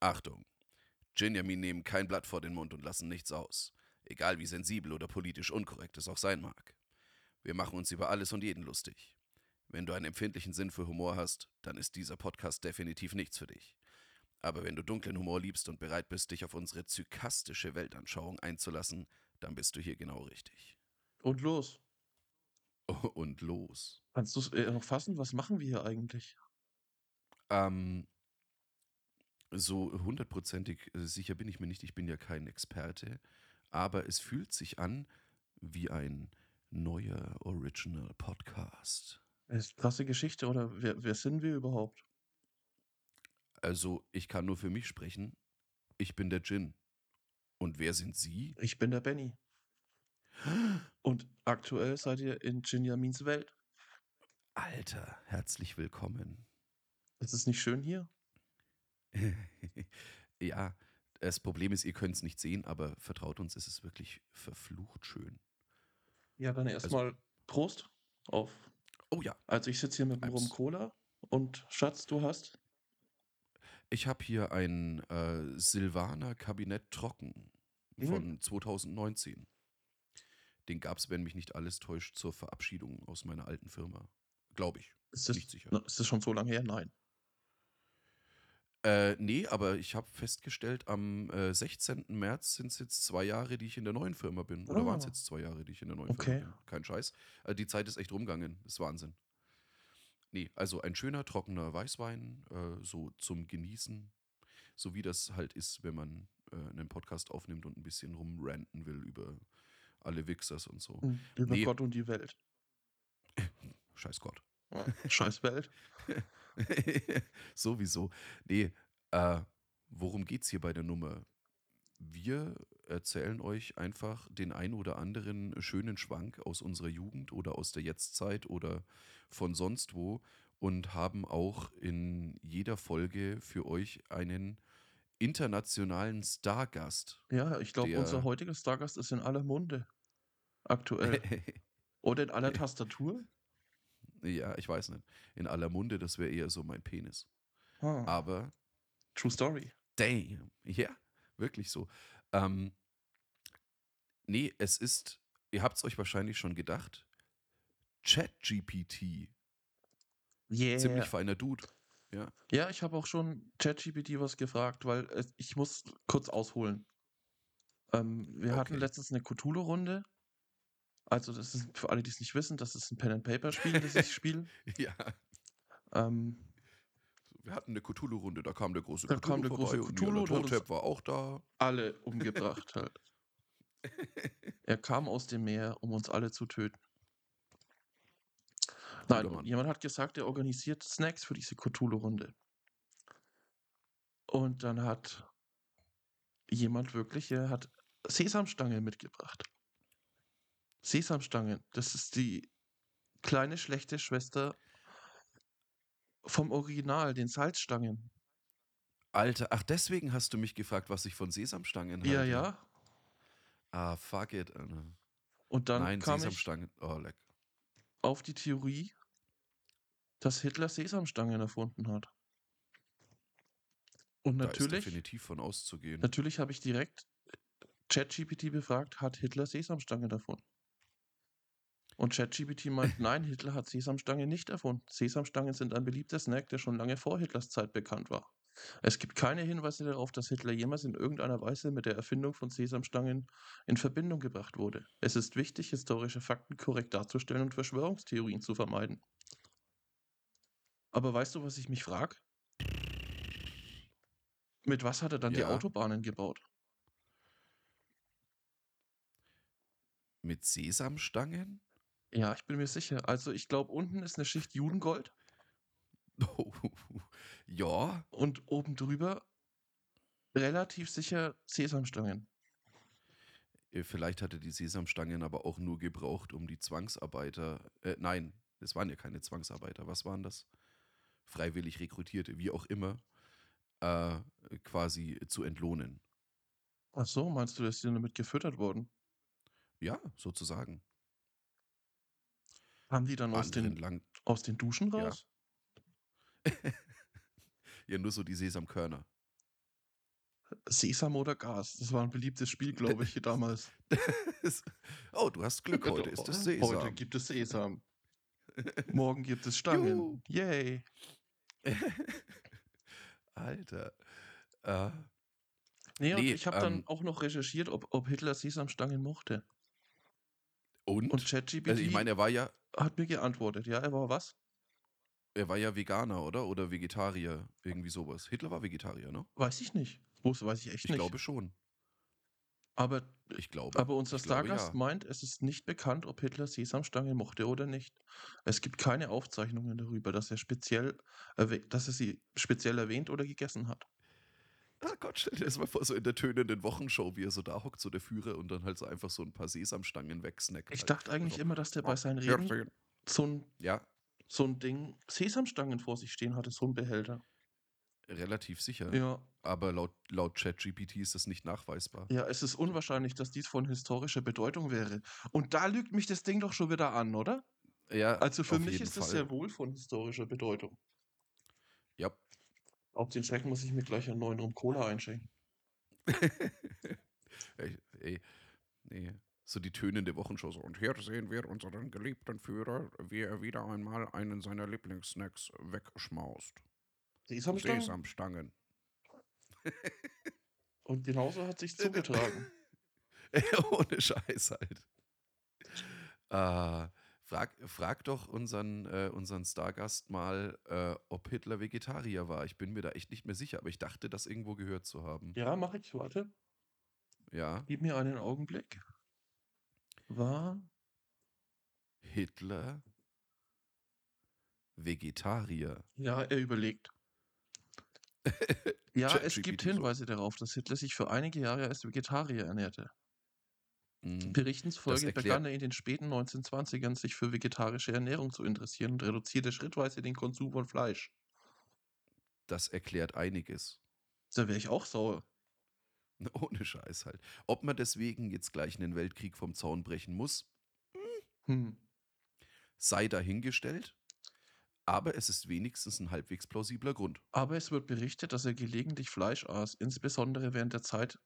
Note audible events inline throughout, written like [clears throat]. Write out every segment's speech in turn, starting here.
Achtung! Jinjamin nehmen kein Blatt vor den Mund und lassen nichts aus. Egal wie sensibel oder politisch unkorrekt es auch sein mag. Wir machen uns über alles und jeden lustig. Wenn du einen empfindlichen Sinn für Humor hast, dann ist dieser Podcast definitiv nichts für dich. Aber wenn du dunklen Humor liebst und bereit bist, dich auf unsere zykastische Weltanschauung einzulassen, dann bist du hier genau richtig. [laughs] Und los. Und los. Kannst du es äh, noch fassen? Was machen wir hier eigentlich? Ähm, so hundertprozentig äh, sicher bin ich mir nicht, ich bin ja kein Experte, aber es fühlt sich an wie ein neuer Original Podcast. Es ist krasse Geschichte, oder? Wer, wer sind wir überhaupt? Also, ich kann nur für mich sprechen. Ich bin der Jin. Und wer sind Sie? Ich bin der Benny. Und aktuell seid ihr in Jinjamins Welt. Alter, herzlich willkommen. Ist es nicht schön hier? ja, das Problem ist, ihr könnt es nicht sehen, aber vertraut uns, es ist wirklich verflucht schön. Ja, dann erstmal Prost auf. Oh ja, Also ich sitze hier mit einem Abs- Rum Cola und Schatz, du hast. ich habe hier ein äh, Silvaner Kabinett Trocken Mhm. von 2019. Den gab es, wenn mich nicht alles täuscht, zur Verabschiedung aus meiner alten Firma. Glaube ich. Ist das, Nicht sicher. Na, ist das schon so lange her? Nein. Äh, nee, aber ich habe festgestellt, am äh, 16. März sind es jetzt zwei Jahre, die ich in der neuen Firma bin. Oder Ah. waren es jetzt zwei Jahre, die ich in der neuen Okay. Firma bin? Kein Scheiß. Äh, die Zeit ist echt rumgegangen. Ist Wahnsinn. Nee, also ein schöner, trockener Weißwein, äh, so zum Genießen. So wie das halt ist, wenn man äh, einen Podcast aufnimmt und ein bisschen rumranten will über alle Wichsers und Hm. so. Über Nee. Gott und die Welt. Scheiß Gott. Ja, Scheiß Welt. [laughs] Sowieso. Nee, äh, worum geht's hier bei der Nummer? Wir erzählen euch einfach den ein oder anderen schönen Schwank aus unserer Jugend oder aus der Jetztzeit oder von sonst wo und haben auch in jeder Folge für euch einen internationalen Stargast. Ja, ich glaube, Der- unser heutiger Stargast ist in aller Munde. Aktuell. Oder in aller Tastatur. [laughs] ja, ich weiß nicht. In aller Munde, das wäre eher so mein Penis. Ah, Aber True Story. Damn. Ja, wirklich so. Ähm, nee, es ist, ihr habt es euch wahrscheinlich schon gedacht, ChatGPT. Yeah. Ziemlich feiner Dude. [laughs] Ja, ich habe auch schon ChatGPT was gefragt, weil äh, ich muss kurz ausholen. Ähm, wir Okay. hatten letztens eine Cthulhu-Runde. Also das ist für alle, die es nicht wissen, das ist ein Pen-and-Paper-Spiel, das ich spiele. Ja, Ähm, wir hatten eine Cthulhu-Runde, da kam der große Da Cthulhu kam der große vorbei Cthulhu, und der hat uns- Totep war auch da. alle [laughs] umgebracht halt. Er kam aus dem Meer, um uns alle zu töten. Nein, Mann. jemand hat gesagt, er organisiert Snacks für diese Cthulhu-Runde. Und dann hat jemand wirklich, er hat Sesamstangen mitgebracht. Sesamstangen, das ist die kleine schlechte Schwester vom Original, den Salzstangen. Alter, ach, deswegen hast du mich gefragt, was ich von Sesamstangen halte. Ja, ja. Ah, fuck it, Anna. Und dann Nein, kam ich Sesamstangen. Oh, leck. auf die Theorie, dass Hitler Sesamstangen erfunden hat. Und Da ist natürlich, definitiv von auszugehen. natürlich habe ich direkt äh, ChatGPT befragt, hat Hitler Sesamstangen erfunden? Und [laughs] ChatGPT meint, nein, Hitler hat Sesamstangen nicht erfunden. Sesamstangen sind ein beliebter Snack, der schon lange vor Hitlers Zeit bekannt war. Es gibt keine Hinweise darauf, dass Hitler jemals in irgendeiner Weise mit der Erfindung von Sesamstangen in Verbindung gebracht wurde. Es ist wichtig, historische Fakten korrekt darzustellen und Verschwörungstheorien zu vermeiden. Aber weißt du, was ich mich frage? Mit was hat er dann die Ja. Autobahnen gebaut? Mit Sesamstangen? [laughs] Ja, ich bin mir sicher. Also ich glaube, unten ist eine Schicht Judengold Oh, ja, und oben drüber relativ sicher Sesamstangen. Äh, Vielleicht hatte die Sesamstangen aber auch nur gebraucht, um die Zwangsarbeiter. Äh, nein, es waren ja keine Zwangsarbeiter. Was waren das? Freiwillig Rekrutierte, wie auch immer, äh, quasi zu entlohnen. Ach so, meinst du, dass die damit gefüttert wurden? Ja, sozusagen. Haben die dann aus Anderen den, lang. aus den Duschen Ja. raus? Ja, nur so die Sesamkörner. [laughs] Sesam oder Gas? Das war ein beliebtes Spiel, glaube ich, damals. oh, du hast Glück, heute ist es Sesam. äh, Heute gibt es Sesam. Morgen gibt es Stangen. Juhu. Yay. [laughs] Alter. Äh, Nee, und Nee, ich habe dann ähm, auch noch recherchiert, ob, ob Hitler Sesamstangen mochte. und? Und ChatGPT also ich meine, er war ja, hat mir geantwortet. Ja, er war was? er war ja Veganer, oder? Oder Vegetarier, irgendwie sowas. Hitler war Vegetarier, ne? Weiß ich nicht. Groß weiß ich echt Ich nicht. glaube schon. aber, Ich glaube. aber unser ich glaube, Stargast ja. meint, es ist nicht bekannt, ob Hitler Sesamstangen mochte oder nicht. Es gibt keine Aufzeichnungen darüber, dass er speziell erwäh- dass er sie speziell erwähnt oder gegessen hat. Ah Gott, stell dir das mal vor, so in der tönenden Wochenshow, wie er so da hockt, so der Führer und dann halt so einfach so ein paar Sesamstangen wegsnackt. Ich halt. dachte eigentlich Also, immer, dass der bei seinen ja, Reden so ein, Ja, so ein Ding Sesamstangen vor sich stehen hatte, so ein Behälter. relativ sicher. Ja, Aber laut, laut ChatGPT ist das nicht nachweisbar. ja, es ist unwahrscheinlich, dass dies von historischer Bedeutung wäre. Und da lügt mich das Ding doch schon wieder an, oder? Ja, Also für auf mich jeden ist Fall. es sehr wohl von historischer Bedeutung. Ja. Auf den Schreck muss ich mir gleich einen neuen Rum Cola einschenken. Ey, ey, nee. So die tönende Wochenshow so. Und hier sehen wir unseren geliebten Führer, wie er wieder einmal einen seiner Lieblingssnacks wegschmaust. Sesamstangen? Sesamstangen. Und genauso hat [laughs] sich zugetragen. Ey, [laughs] Ohne Scheiß halt. Äh, frag, frag doch unseren, äh, unseren Stargast mal, äh, ob Hitler Vegetarier war. Ich bin mir da echt nicht mehr sicher, aber ich dachte, das irgendwo gehört zu haben. ja, mach ich. Warte. Ja. Gib mir einen Augenblick. War Hitler Vegetarier. Ja, er [laughs] überlegt. ja, es gibt ChatGPT so. Hinweise darauf, dass Hitler sich für einige Jahre als Vegetarier ernährte. Mhm. Berichten zufolge erklärt- begann er in den späten 1920ern sich für vegetarische Ernährung zu interessieren und reduzierte schrittweise den Konsum von Fleisch. Das erklärt einiges. [laughs] Da wäre ich auch sauer. Ohne Scheiß halt. Ob man deswegen jetzt gleich einen Weltkrieg vom Zaun brechen muss, Hm. sei dahingestellt. Aber es ist wenigstens ein halbwegs plausibler Grund. Aber es wird berichtet, dass er gelegentlich Fleisch aß, insbesondere während der Zeit,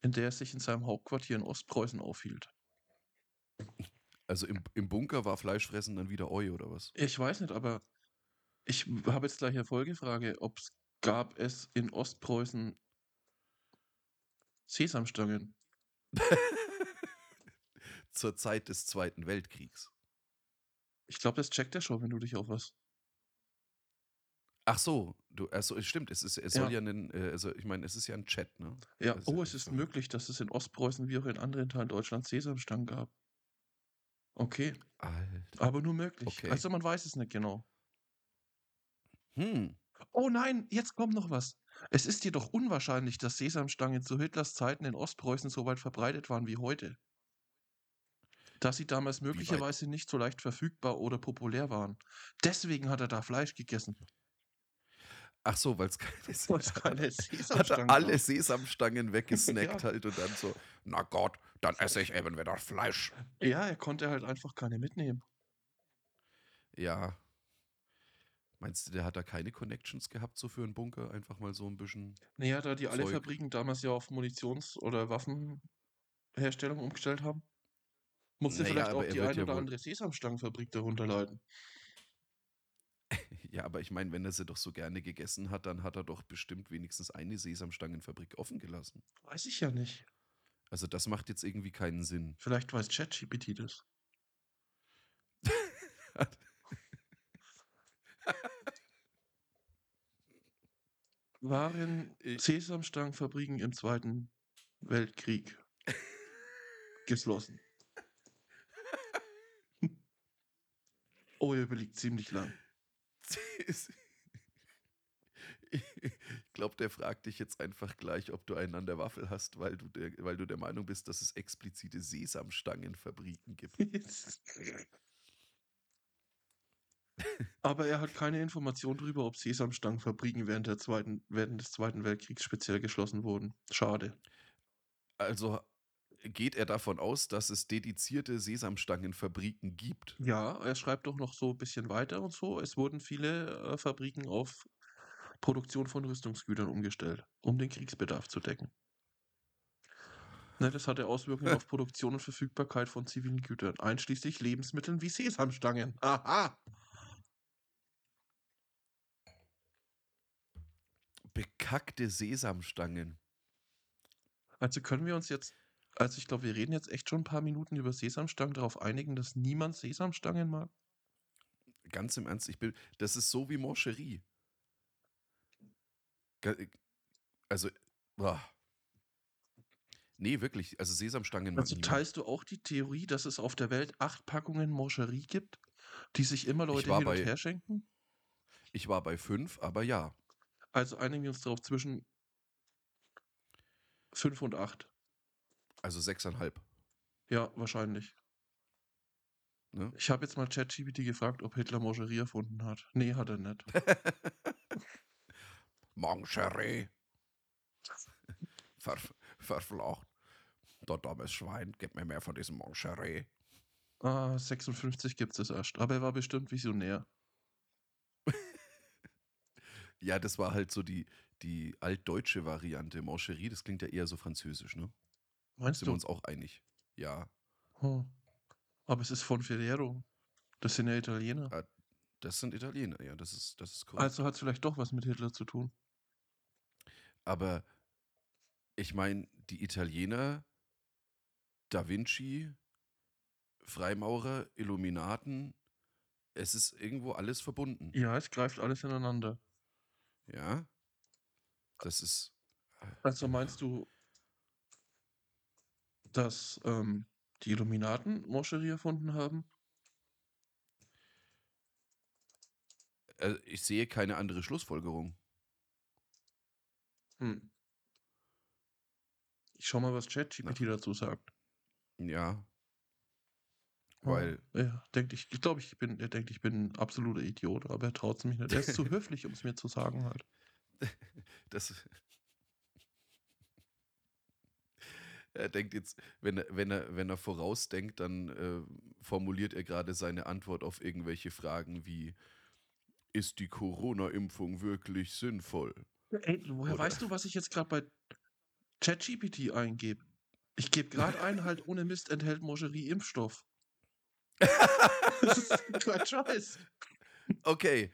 in der er sich in seinem Hauptquartier in Ostpreußen aufhielt. Also im, im Bunker war Fleischfressen dann wieder Eu oder was? Ich weiß nicht, aber ich habe jetzt gleich eine Folgefrage. Ob es gab es in Ostpreußen Sesamstangen? Zur Zeit des Zweiten Weltkriegs. Ich glaube, das checkt er schon, wenn du dich auf was. Ach so, du, also es stimmt, es ist, es Ja. soll ja einen, äh, also ich meine, es ist ja ein Chat, ne? Ja, Das ist ja oh, es nicht ist so. möglich, dass es in Ostpreußen wie auch in anderen Teilen Deutschlands Sesamstangen gab. Okay, Alter. aber nur möglich. Okay. Also man weiß es nicht genau. Hm. Oh nein, jetzt kommt noch was. Es ist jedoch unwahrscheinlich, dass Sesamstangen zu Hitlers Zeiten in Ostpreußen so weit verbreitet waren wie heute. Dass sie damals möglicherweise nicht so leicht verfügbar oder populär waren. Deswegen hat er da [laughs] Fleisch gegessen. Ach so, weil es keine [laughs] hat er Sesamstangen alle [laughs] Sesamstangen weggesnackt Ja. halt und dann so, na Gott, dann esse ich eben wieder Fleisch. Ja, er konnte halt einfach keine mitnehmen. Ja. Meinst du, der hat da keine Connections gehabt, so für einen Bunker? Einfach mal so ein bisschen. Naja, da die alle Zeug. Fabriken damals ja auf Munitions- oder Waffenherstellung umgestellt haben, musste Naja, vielleicht aber auch er die wird eine ja oder wohl- andere Sesamstangenfabrik darunter leiden. Ja, aber ich meine, wenn er sie doch so gerne gegessen hat, dann hat er doch bestimmt wenigstens eine Sesamstangenfabrik offen gelassen. Weiß ich ja nicht. Also das macht jetzt irgendwie keinen Sinn. Hm, Vielleicht weiß ChatGPT das. Waren Ich- Sesamstangenfabriken im Zweiten Weltkrieg geschlossen? Oh, ihr überlegt ziemlich lang. Ich glaube, der fragt dich jetzt einfach gleich, ob du einen an der Waffel hast, weil du der, weil du der Meinung bist, dass es explizite Sesamstangenfabriken gibt. [laughs] Aber er hat keine Information darüber, ob Sesamstangenfabriken während, der zweiten, während des Zweiten Weltkriegs speziell geschlossen wurden. Schade. Also geht er davon aus, dass es dedizierte Sesamstangenfabriken gibt. Ja, er schreibt doch noch so ein bisschen weiter und so. Es wurden viele äh, Fabriken auf Produktion von Rüstungsgütern umgestellt, um den Kriegsbedarf zu decken. Ne, das hatte Auswirkungen auf Produktion und Verfügbarkeit von zivilen Gütern, einschließlich Lebensmitteln wie Sesamstangen. Aha! Bekackte Sesamstangen. Also können wir uns jetzt, also ich glaube, wir reden jetzt echt schon ein paar Minuten über Sesamstangen darauf einigen, dass niemand Sesamstangen mag. Ganz im Ernst, ich bin. Das ist so wie Mancherie. Ge- äh, Also. Boah. Nee, wirklich. Also Sesamstangen mag Also niemand. teilst du auch die Theorie, dass es auf der Welt acht Packungen Mancherie gibt, die sich immer Leute war hin und bei- her schenken? Ich war bei fünf, aber ja. Also einigen wir uns darauf zwischen fünf und acht. Also sechseinhalb. Ja, wahrscheinlich. Ne? Ich habe jetzt mal ChatGPT gefragt, ob Hitler Mancherie erfunden hat. Nee, hat [laughs] er nicht. [laughs] Mancherie. Ver, verflucht. Der dummes Schwein, gib mir mehr von diesem Mancherie. Ah, 56 gibt es erst. Aber er war bestimmt visionär. Ja, das war halt so die, die altdeutsche Variante. Mancherie, das klingt ja eher so französisch, ne? Meinst Sind wir du? uns auch einig? Ja, Hm. Aber es ist von Ferrero. Das sind ja Italiener. Ah, das sind Italiener, ja, das ist, das ist korrekt. Also hat es vielleicht doch was mit Hitler zu tun. Aber ich meine, die Italiener, Da Vinci, Freimaurer, Illuminaten, es ist irgendwo alles verbunden. Ja, es greift alles ineinander. Ja. Das ist. Also meinst du, dass ähm, die Illuminaten Moscherie erfunden haben? Äh, ich sehe keine andere Schlussfolgerung. Hm. Ich schau mal, was ChatGPT dazu sagt. Ja. Hm. Ja, Weil- Er denkt, ich, ich glaube, ich bin, er denkt, ich bin ein absoluter Idiot, aber er traut es mich nicht. Er [laughs] ist zu höflich, um es mir zu sagen halt. Das. Er denkt jetzt, wenn er, wenn er, wenn er vorausdenkt, dann äh, formuliert er gerade seine Antwort auf irgendwelche Fragen wie: Ist die Corona-Impfung wirklich sinnvoll? Ey, Äh, woher Oder- weißt du, was ich jetzt gerade bei ChatGPT eingebe? Ich gebe gerade ein, halt ohne Mist enthält Moscherie Impfstoff. das ist kein Scheiß. Okay,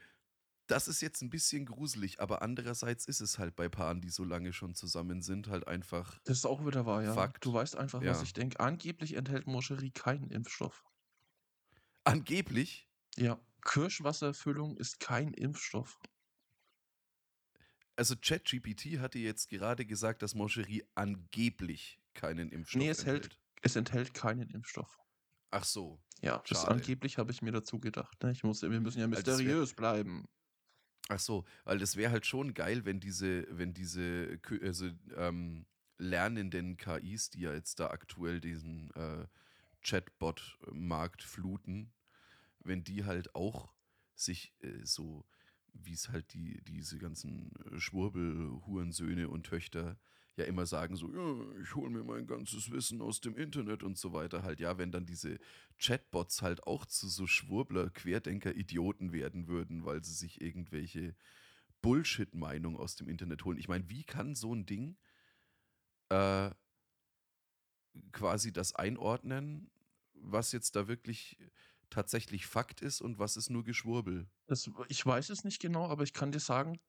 das ist jetzt ein bisschen gruselig, aber andererseits ist es halt bei Paaren, die so lange schon zusammen sind, halt einfach Das ist auch wieder wahr, ja. Fakt. Du weißt einfach, was Ja. ich denke. Angeblich enthält Moscherie keinen Impfstoff. angeblich Ja. Kirschwasserfüllung ist kein Impfstoff. Also ChatGPT hatte jetzt gerade gesagt, dass Moncherie angeblich keinen Impfstoff Nee, es hält- Es enthält keinen Impfstoff. Ach so. Ja, das Schade. angeblich habe ich mir dazu gedacht. Ne? Ich muss, wir müssen ja Weil das wär- mysteriös bleiben. Ach so, weil das wäre halt schon geil, wenn diese, wenn diese Kü- also, ähm, lernenden KIs, die ja jetzt da aktuell diesen äh, Chatbot-Markt fluten, wenn die halt auch sich äh, so, wie es halt die, diese ganzen äh, Schwurbel-Hurensöhne und Töchter ja immer sagen, so, ja, ich hole mir mein ganzes Wissen aus dem Internet und so weiter, halt, ja, wenn dann diese Chatbots halt auch zu so Schwurbler, Querdenker, Idioten werden würden, weil sie sich irgendwelche Bullshit-Meinungen aus dem Internet holen. Ich meine, wie kann so ein Ding äh, quasi das einordnen, was jetzt da wirklich tatsächlich Fakt ist und was ist nur Geschwurbel? Das, ich weiß es nicht genau, aber ich kann dir sagen,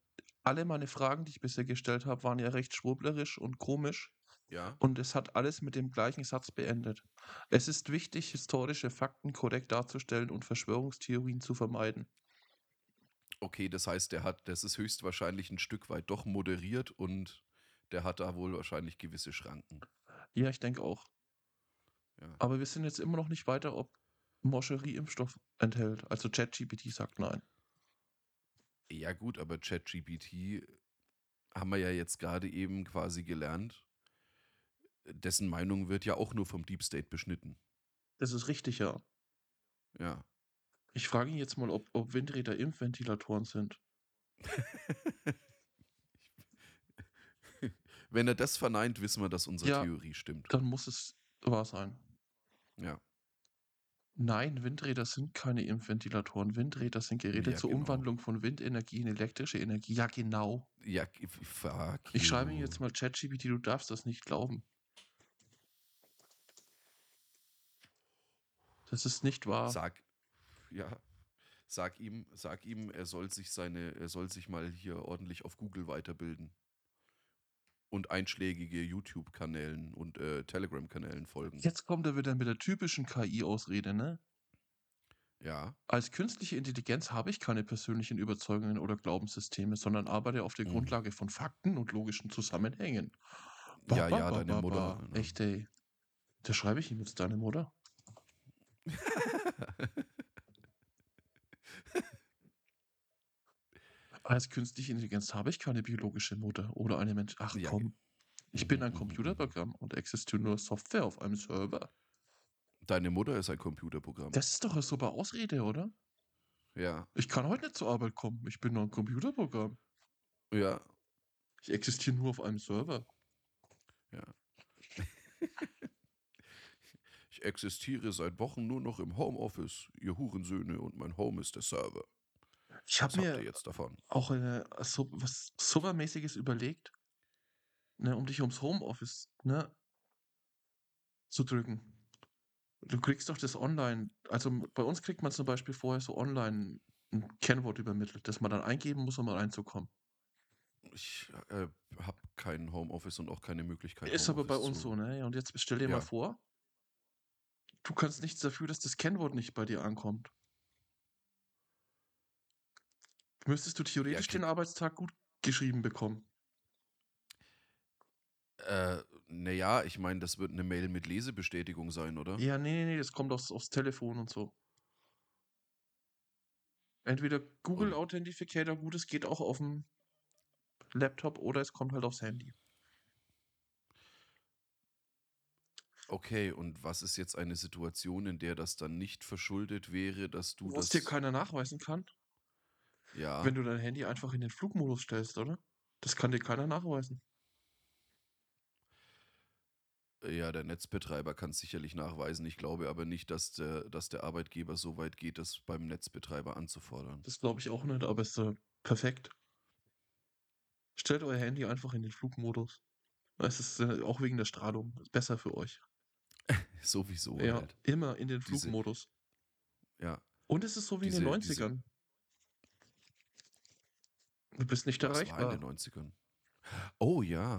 alle meine Fragen, die ich bisher gestellt habe, waren ja recht schwurblerisch und komisch. Ja. Und es hat alles mit dem gleichen Satz beendet. Es ist wichtig, historische Fakten korrekt darzustellen und Verschwörungstheorien zu vermeiden. Okay, das heißt, der hat, das ist höchstwahrscheinlich ein Stück weit doch moderiert und der hat da wohl wahrscheinlich gewisse Schranken. Ja, ich denke auch. Ja. Aber wir sind jetzt immer noch nicht weiter, ob Moscherie Impfstoff enthält. Also ChatGPT sagt nein. Ja, gut, aber ChatGPT haben wir ja jetzt gerade eben quasi gelernt. Dessen Meinung wird ja auch nur vom Deep State beschnitten. Das ist richtig, ja. Ja. Ich frage ihn jetzt mal, ob, ob Windräder Impfventilatoren sind. Wenn er das verneint, wissen wir, dass unsere Ja. Theorie stimmt. Dann muss es wahr sein. Ja. Nein, Windräder sind keine Impfventilatoren. Windräder sind Geräte Ja, zur genau. Umwandlung von Windenergie in elektrische Energie. Ja, genau. Ja, g- fuck. Ich schreibe ihm you. jetzt mal ChatGPT, du darfst das nicht glauben. Das ist nicht wahr. Sag, ja, sag ihm, sag ihm, er soll sich seine, er soll sich mal hier ordentlich auf Google weiterbilden und einschlägige YouTube-Kanälen und äh, Telegram-Kanälen folgen. Jetzt kommt er wieder mit der typischen KI-Ausrede, ne? Ja, Als künstliche Intelligenz habe ich keine persönlichen Überzeugungen oder Glaubenssysteme, sondern arbeite auf der Mhm. Grundlage von Fakten und logischen Zusammenhängen. Ja, ja, deine Mutter, ne? Echt, ey. Da schreibe ich ihm jetzt deine Mutter. [laughs] Als künstliche Intelligenz habe ich keine biologische Mutter oder eine Mensch. Ach Ja, komm. Ich bin ein [laughs] Mhm. Computerprogramm und existiert nur Software auf einem Server. deine Mutter ist ein Computerprogramm. Das ist doch eine super Ausrede, oder? Ja, Ich kann heute nicht zur Arbeit kommen. Ich bin nur ein Computerprogramm. ja, Ich existiere nur auf einem Server. ich existiere seit Wochen nur noch im Homeoffice, ihr Hurensöhne, und mein Home ist der Server. Ich Was habe habt ihr mir jetzt davon? auch eine, so, was Supermäßiges überlegt, ne, um dich ums Homeoffice ne, zu drücken. Du kriegst doch das online. Also m- bei uns kriegt man zum Beispiel vorher so online ein Kennwort übermittelt, das man dann eingeben muss, um reinzukommen. Ich äh, habe kein Homeoffice und auch keine Möglichkeit. Ist aber bei Homeoffice uns zu- so, ne? Und jetzt stell dir Ja. mal vor, du kannst nichts dafür, dass das Kennwort nicht bei dir ankommt. Müsstest du theoretisch Ken- den Arbeitstag gut geschrieben bekommen. Äh, naja, ich meine, das wird eine Mail mit Lesebestätigung sein, oder? Ja, nee, nee, nee, das kommt aufs, aufs Telefon und so. Entweder Google Und- Authentificator, gut, es geht auch auf dem Laptop oder es kommt halt aufs Handy. Okay, und was ist jetzt eine Situation, in der das dann nicht verschuldet wäre, dass du Wo es das. Ah. dir keiner nachweisen kann, ja, wenn du dein Handy einfach in den Flugmodus stellst, oder? Das kann dir keiner nachweisen. ja, der Netzbetreiber kann es sicherlich nachweisen. Ich glaube aber nicht, dass der, dass der Arbeitgeber so weit geht, das beim Netzbetreiber anzufordern. [laughs] Das glaube ich auch nicht, aber ist äh, perfekt. Stellt euer Handy einfach in den Flugmodus. Es ist äh, auch wegen der Strahlung besser für euch. Sowieso ja, halt. immer in den Diese- Flugmodus. Ja. Und es ist so wie in den Diese- diese- 90ern. Du bist nicht Das war in erreichbar. den 90ern. Oh ja.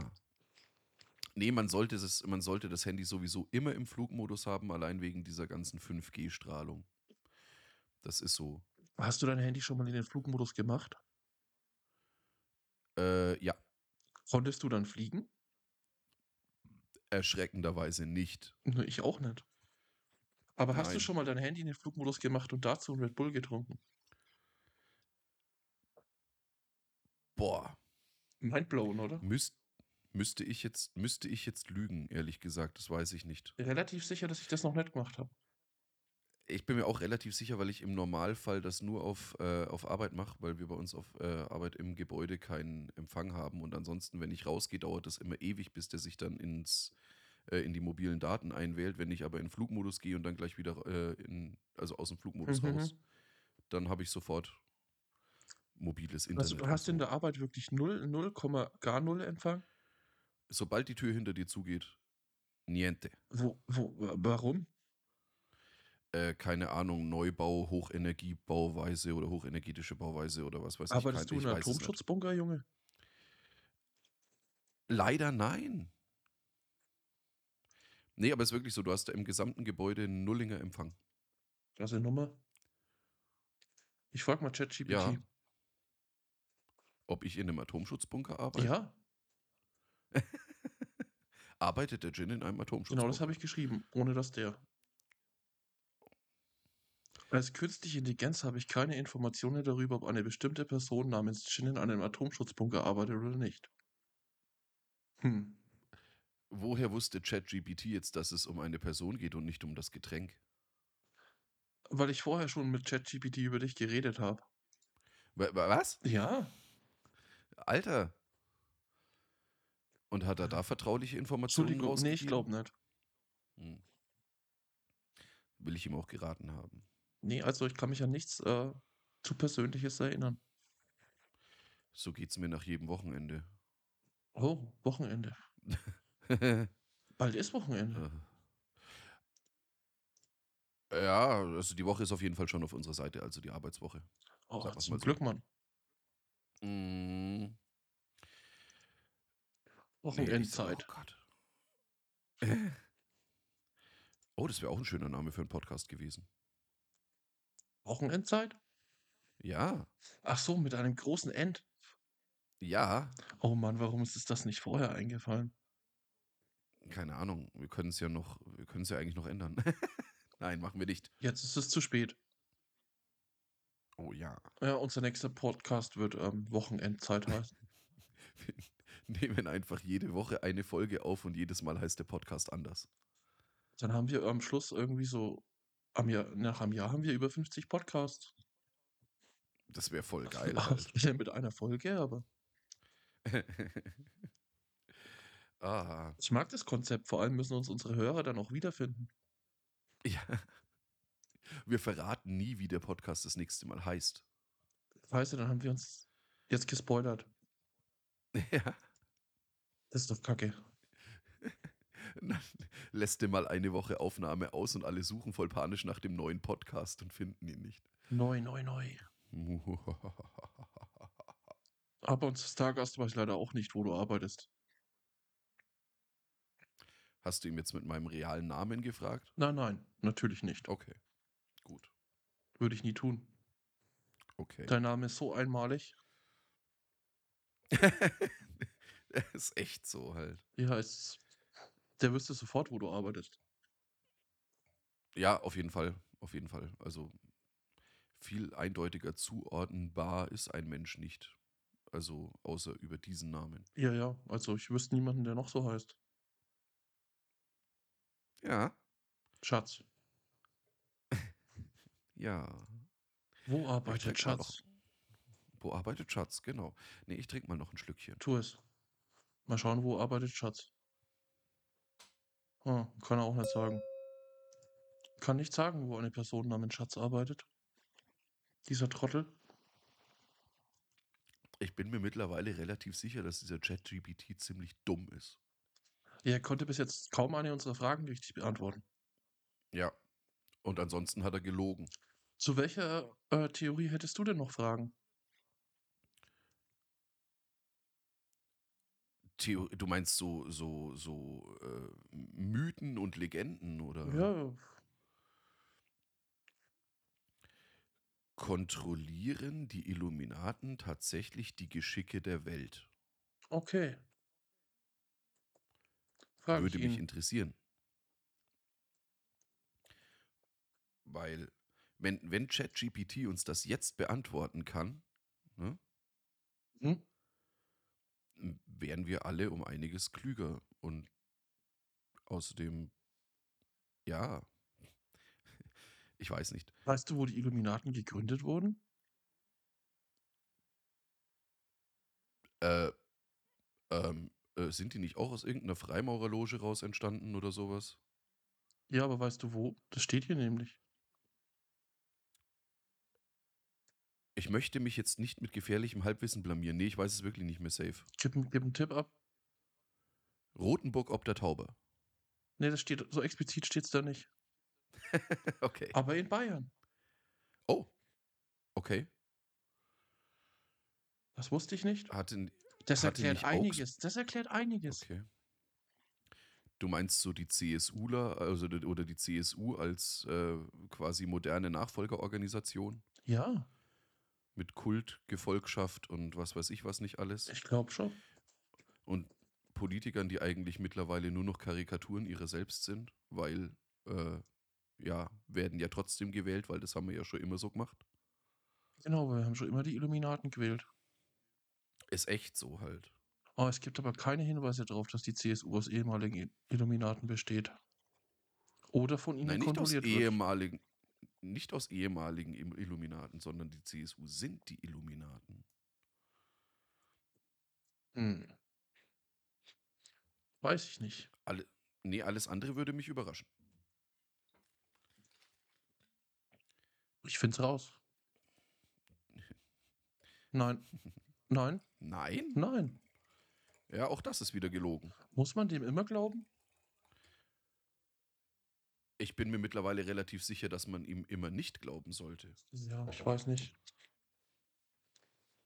Nee, man sollte, das, man sollte das Handy sowieso immer im Flugmodus haben, allein wegen dieser ganzen 5G-Strahlung. Das ist so. Hast du dein Handy schon mal in den Flugmodus gemacht? Äh, ja, Konntest du dann fliegen? erschreckenderweise nicht. Nö, ich auch nicht. Aber hast du Nein. schon mal dein Handy in den Flugmodus gemacht und dazu einen Red Bull getrunken? Boah, Mindblown, oder? müsst, müsste, ich jetzt, müsste ich jetzt lügen, ehrlich gesagt, das weiß ich nicht. Relativ sicher, dass ich das noch nicht gemacht habe. Ich bin mir auch relativ sicher, weil ich im Normalfall das nur auf, äh, auf Arbeit mache, weil wir bei uns auf äh, Arbeit im Gebäude keinen Empfang haben. Und ansonsten, wenn ich rausgehe, dauert das immer ewig, bis der sich dann ins, äh, in die mobilen Daten einwählt. Wenn ich aber in Flugmodus gehe und dann gleich wieder äh, in, also aus dem Flugmodus Mhm. raus, dann habe ich sofort mobiles Internet. Also du und hast so. in der Arbeit wirklich 0, 0, gar 0 Empfang? Sobald die Tür hinter dir zugeht, niente. Wo, wo, wa- warum? Äh, keine Ahnung, Neubau, Hochenergiebauweise oder hochenergetische Bauweise oder was weiß ich. Arbeitest kein- du in ich einem weiß es nicht. Atomschutzbunker, Junge? Leider nein. Nee, aber es ist wirklich so, du hast da im gesamten Gebäude Nullinger Empfang. Klasse Nummer. Ich frag mal ChatGPT. Ja. halt. Ob ich in einem Atomschutzbunker arbeite? ja, Arbeitet der Gin in einem Atomschutzbunker? Genau, das habe ich geschrieben, ohne dass der. Als künstliche Intelligenz habe ich keine Informationen darüber, ob eine bestimmte Person namens Jin in einem Atomschutzbunker arbeitet oder nicht. Hm. Woher wusste ChatGPT jetzt, dass es um eine Person geht und nicht um das Getränk? Weil ich vorher schon mit ChatGPT über dich geredet habe. Wa- wa- Was? Ja. Alter! Und hat er da vertrauliche Informationen Entschuldigung, nee, ich rausgegeben? glaube nicht. Hm. will ich ihm auch geraten haben. Nee, also ich kann mich an nichts äh, zu Persönliches erinnern. So geht's mir nach jedem Wochenende. [laughs] Oh, Wochenende. Bald ist Äh. Wochenende. ja, also die Woche ist auf jeden Fall schon auf unserer Seite, also die Arbeitswoche. Oh, sag was zum mal so. Glück, Mann. Mm, nee, nächste Woche, Wochenendzeit. Oh, Gott. oh, das wäre auch ein schöner Name für einen Podcast gewesen. Wochenendzeit? Ja, Ach so, mit einem großen End. ja, Oh Mann, warum ist es das nicht vorher eingefallen? keine Ahnung. Wir können es ja noch, wir können es ja eigentlich noch ändern. [laughs] Nein, machen wir nicht. Jetzt ist es zu spät. Oh ja. Ja, unser nächster Podcast wird ähm, Wochenendzeit heißen. Wir [laughs] nehmen einfach jede Woche eine Folge auf und jedes Mal heißt der Podcast anders. Dann haben wir am Schluss irgendwie so, am Jahr, nach einem Jahr haben wir über 50 Podcasts. Das wäre voll [laughs] geil. Alter. Wieder mit einer Folge, aber [laughs] ah, ich mag das Konzept. Vor allem müssen uns unsere Hörer dann auch wiederfinden. ja. Wir verraten nie, wie der Podcast das nächste Mal heißt. Weißt du, dann haben wir uns jetzt gespoilert. [laughs] Ja. Das ist doch kacke. Dann lässt er mal eine Woche Aufnahme aus und alle suchen voll panisch nach dem neuen Podcast und finden ihn [laughs] nicht. Neu, neu, neu. Aber unser Stargast weiß leider auch nicht, wo du arbeitest. Hast du ihm jetzt mit meinem realen Namen gefragt? Nein, nein, natürlich nicht. Okay. Gut. Würde ich nie tun. Okay. Dein Name ist so einmalig. [laughs] Das ist echt so halt. Ja, es, der wüsste sofort, wo du arbeitest. Ja, auf jeden Fall. Auf jeden Fall. Also viel eindeutiger zuordnenbar ist ein Mensch nicht. Also außer über diesen Namen. Ja, ja, also ich wüsste niemanden, der noch so heißt. Ja. Schatz. Ja. Wo trink arbeitet mal Schatz? Wo arbeitet Schatz? Genau. Nee, ich trinke mal noch ein Schlückchen. Tu es. Mal schauen, wo arbeitet Schatz. Hm, kann er auch nicht sagen. Kann nicht sagen, wo eine Person namens Schatz arbeitet. Dieser Trottel. Ich bin mir mittlerweile relativ sicher, dass dieser ChatGPT ziemlich dumm ist. Er konnte bis jetzt kaum eine unserer Fragen richtig beantworten. Ja. Und ansonsten hat er gelogen. Zu welcher äh, Theorie hättest du denn noch Fragen? Theo du meinst so, so, so äh, Mythen und Legenden oder Ja, kontrollieren die Illuminaten tatsächlich die Geschicke der Welt? okay. Frag Würde ich mich ihn. interessieren. Weil, wenn, wenn ChatGPT uns das jetzt beantworten kann, ne, Hm? wären wir alle um einiges klüger. Und außerdem, ja, [laughs] ich weiß nicht. Weißt du, wo die Illuminaten gegründet wurden? Äh, ähm, äh, sind die nicht auch aus irgendeiner Freimaurerloge raus entstanden oder sowas? Ja, aber weißt du wo? Das steht hier nämlich. Ich möchte mich jetzt nicht mit gefährlichem Halbwissen blamieren. Nee, ich weiß es wirklich nicht mehr safe. Gib, gib einen Tipp ab. Rotenburg ob der Tauber. Nee, Ne, das steht, so explizit steht es da nicht. Okay. Aber in Bayern. Oh. Okay. Das wusste ich nicht. Hat in, Das Hatte erklärt nicht Augs- einiges. Das erklärt einiges. okay. Du meinst so die CSUler, also die- oder die CSU als äh, quasi moderne Nachfolgerorganisation Ja, mit Kult, Gefolgschaft und was weiß ich was nicht alles. ich glaube schon. Und Politikern, die eigentlich mittlerweile nur noch Karikaturen ihrer selbst sind, weil, äh, ja, werden ja trotzdem gewählt, weil das haben wir ja schon immer so gemacht. Genau, wir haben schon immer die Illuminaten gewählt. Ist echt so halt. Oh, es gibt aber keine Hinweise darauf, dass die CSU aus ehemaligen I- Illuminaten besteht. Oder von ihnen Nein, nicht aus kontrolliert Mhm. wird. ehemaligen, nicht aus ehemaligen Im- Illuminaten, sondern die CSU sind die Illuminaten. Hm. Weiß ich nicht. Nee, alles andere würde mich überraschen. Ich find's raus. Nein. Nein, Nein? nein. Ja, auch das ist wieder gelogen. Muss man dem immer glauben? Ich bin mir mittlerweile relativ sicher, dass man ihm immer nicht glauben sollte. Ja, ich weiß nicht.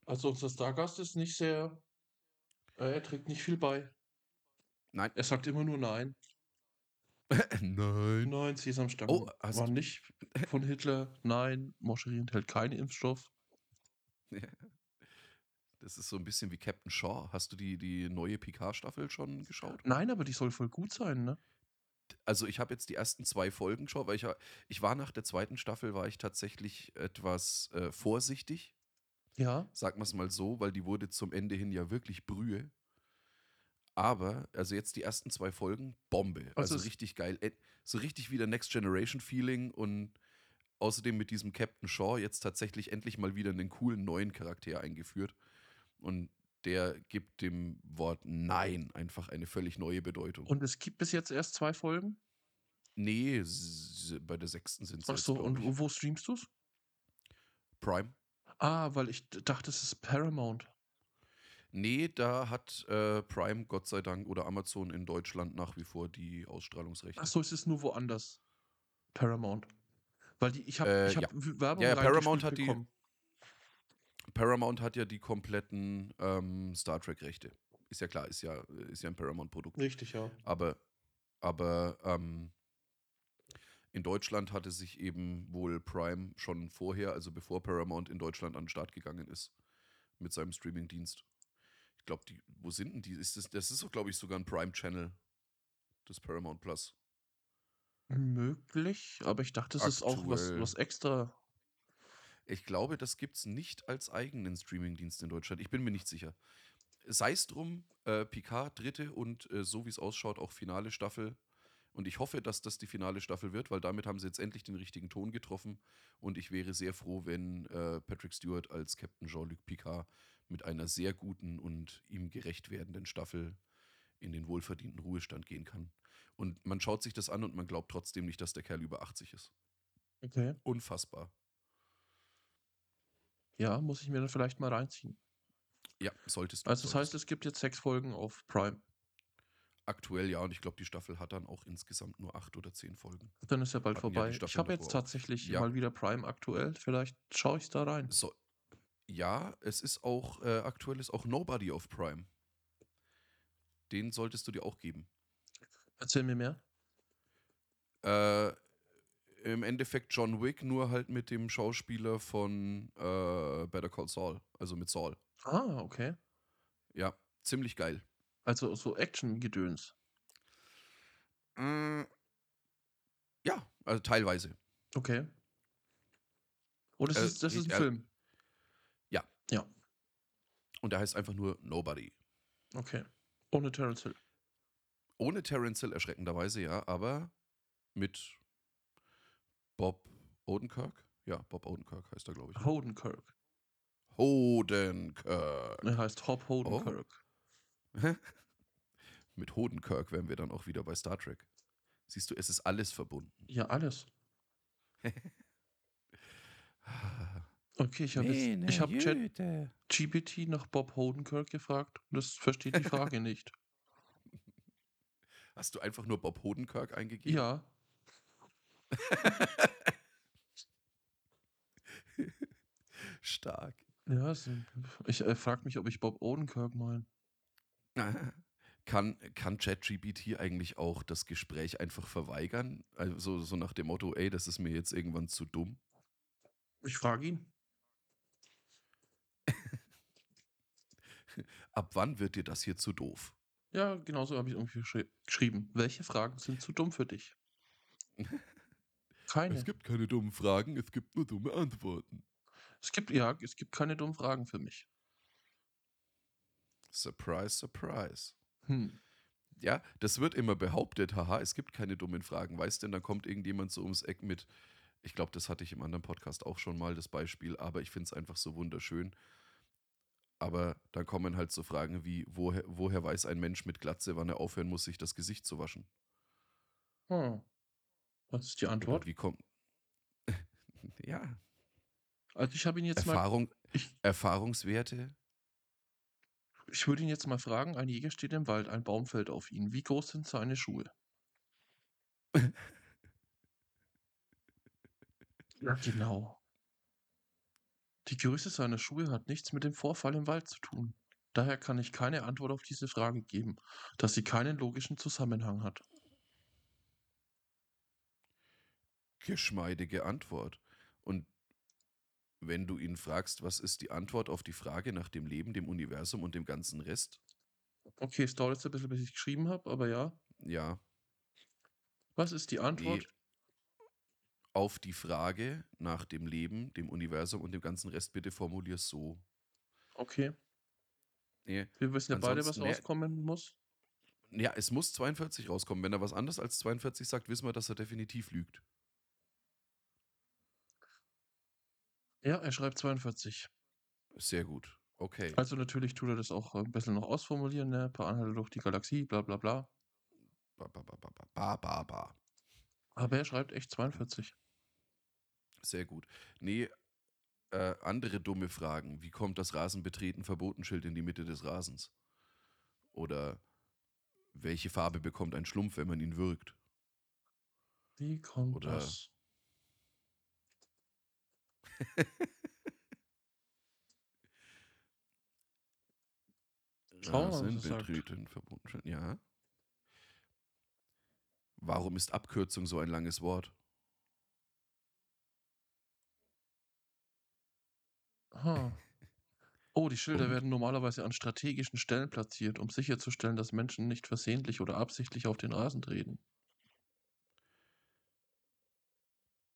Also unser Stargast ist nicht sehr. Äh, er trägt nicht viel bei. Nein. Er sagt immer nur nein. Nein. Nein, Sesamstangen Oh, hast waren du- nicht von Hitler. Nein, Moscherie enthält keinen Impfstoff. Das ist so ein bisschen wie Captain Shaw. Hast du die, die neue Picard-Staffel schon geschaut? Nein, aber die soll voll gut sein, ne? Also ich habe jetzt die ersten zwei Folgen geschaut, weil ich, ja- ich war nach der zweiten Staffel, war ich tatsächlich etwas äh, vorsichtig, Ja. sagen wir es mal so, weil die wurde zum Ende hin ja wirklich Brühe. Aber, also jetzt die ersten zwei Folgen, Bombe. Also Also, es- richtig geil. Ä- So richtig wieder Next Generation Feeling und außerdem mit diesem Captain Shaw jetzt tatsächlich endlich mal wieder einen coolen neuen Charakter eingeführt. Und der gibt dem Wort Nein einfach eine völlig neue Bedeutung. Und es gibt bis jetzt erst zwei Folgen. nee, s- bei der sechsten sind es. Ach so, und wo- wo streamst du's? Prime? Ah, weil ich d- dachte, es ist Paramount. Nee, da hat äh, Prime, Gott sei Dank, oder Amazon in Deutschland nach wie vor die Ausstrahlungsrechte. Ach so, es ist nur woanders. Paramount. Weil die, ich habe Äh, ich hab ja. W- Werbung Ja, ja, reingespielt Paramount hat die- bekommen. Paramount hat ja die kompletten ähm, Star Trek-Rechte. Ist ja klar, ist ja, ist ja ein Paramount-Produkt. Richtig, ja. Aber, aber ähm, in Deutschland hatte sich eben wohl Prime schon vorher, also bevor Paramount in Deutschland an den Start gegangen ist, mit seinem Streaming-Dienst. Ich glaube, die, wo sind denn die? Ist das, das ist doch, glaube ich, sogar ein Prime-Channel, das Paramount Plus. Möglich, aber ich dachte, es ist auch was, Aktuell. was extra. Ich glaube, das gibt es nicht als eigenen Streamingdienst in Deutschland. Ich bin mir nicht sicher. Sei es drum, äh, Picard dritte und äh, so wie es ausschaut, auch finale Staffel. Und ich hoffe, dass das die finale Staffel wird, weil damit haben sie jetzt endlich den richtigen Ton getroffen. Und ich wäre sehr froh, wenn äh, Patrick Stewart als Captain Jean-Luc Picard mit einer sehr guten und ihm gerecht werdenden Staffel in den wohlverdienten Ruhestand gehen kann. Und man schaut sich das an und man glaubt trotzdem nicht, dass der Kerl über 80 ist. Okay. Unfassbar. Ja, muss ich mir dann vielleicht mal reinziehen. Ja, solltest du. Also, das solltest heißt, es gibt jetzt sechs Folgen auf Prime. Aktuell ja, und ich glaube, die Staffel hat dann auch insgesamt nur acht oder zehn Folgen. Dann ist ja bald Hatten ja die vorbei. ich Staffeln habe jetzt davor auch. tatsächlich Ja. mal wieder Prime aktuell. Vielleicht schaue ich da rein. So, ja, es ist auch, äh, aktuell ist auch Nobody auf Prime. Den solltest du dir auch geben. Erzähl mir mehr. Äh, Im Endeffekt John Wick, nur halt mit dem Schauspieler von äh, Better Call Saul, also mit Saul. Ah, okay. Ja, ziemlich geil. Also so Action-Gedöns. Mm. Ja, also teilweise. Okay. Und das Äh, ist, das ich- ist äh, ein Film. ja. Ja, Und der heißt einfach nur Nobody. okay. Ohne Terence Hill. Ohne Terence Hill erschreckenderweise, ja, aber mit Bob Odenkirk. Ja, Bob Odenkirk heißt er, glaube ich. Hodenkirk. Hodenkirk. Er heißt Hop Hodenkirk. Oh. Mit Hodenkirk wären wir dann auch wieder bei Star Trek. Siehst du, es ist alles verbunden. Ja, alles. Okay, ich habe jetzt, ich habe Chat GPT nach Bob Hodenkirk gefragt und das versteht die [laughs] Frage nicht. Hast du einfach nur Bob Hodenkirk eingegeben? Ja, Stark. [laughs] ja, es- ich äh, frage mich, ob ich Bob Odenkirk meine. Kann, kann ChatGPT eigentlich auch das Gespräch einfach verweigern? Also so nach dem Motto, ey, das ist mir jetzt irgendwann zu dumm. Ich frage ihn. Ab wann wird dir das hier zu doof? Ja, genauso habe ich irgendwie geschri geschrieben. Welche Fragen sind zu dumm für dich? Keine. Es gibt keine dummen Fragen, es gibt nur dumme Antworten. es gibt ja, es gibt keine dummen Fragen für mich. Surprise, surprise. Hm. Ja, das wird immer behauptet, haha, es gibt keine dummen Fragen, weißt denn, dann kommt irgendjemand so ums Eck mit, ich glaube, das hatte ich im anderen Podcast auch schon mal, das Beispiel, aber ich finde es einfach so wunderschön. Aber dann kommen halt so Fragen wie, woher, woher weiß ein Mensch mit Glatze, wann er aufhören muss, sich das Gesicht zu waschen? Hm. Was ist die Oder Antwort? Wie kommt. [laughs] ja, Also ich habe ihn jetzt mal, Erfahrung, ich- Erfahrungswerte? ich würde ihn jetzt mal fragen, ein Jäger steht im Wald, ein Baum fällt auf ihn. Wie groß sind seine Schuhe? ja, genau. Die Größe seiner Schuhe hat nichts mit dem Vorfall im Wald zu tun. Daher kann ich keine Antwort auf diese Frage geben, dass sie keinen logischen Zusammenhang hat. Geschmeidige Antwort. Und wenn du ihn fragst, was ist die Antwort auf die Frage nach dem Leben, dem Universum und dem ganzen Rest? Okay, es dauert jetzt ein bisschen, bis ich geschrieben habe, aber ja. Ja, Was ist die Antwort? auf die Frage nach dem Leben, dem Universum und dem ganzen Rest bitte formulier so. Okay. Nee. Wir wissen ja beide, was Ansonsten, nee. rauskommen muss. Ja, es muss 42 rauskommen. Wenn er was anderes als 42 sagt, wissen wir, dass er definitiv lügt. Ja, er schreibt 42. Sehr gut. Okay. Also natürlich tut er das auch ein bisschen noch ausformulieren, ne? Per Anhalter durch die Galaxie, bla bla bla. Ba, ba, ba, ba, ba, ba, ba, ba. Aber er schreibt echt 42. Sehr gut. Nee, äh, andere dumme Fragen. Wie kommt das Rasenbetreten Verbotenschild in die Mitte des Rasens? Oder welche Farbe bekommt ein Schlumpf, wenn man ihn würgt? Wie kommt Oder- [laughs] das? Schauen wir mal, was er sagt. Rasenbetreten Verbotenschild, ja. Warum ist Abkürzung so ein langes Wort? Ha. Oh, die Schilder Und- werden normalerweise an strategischen Stellen platziert, um sicherzustellen, dass Menschen nicht versehentlich oder absichtlich auf den Rasen treten.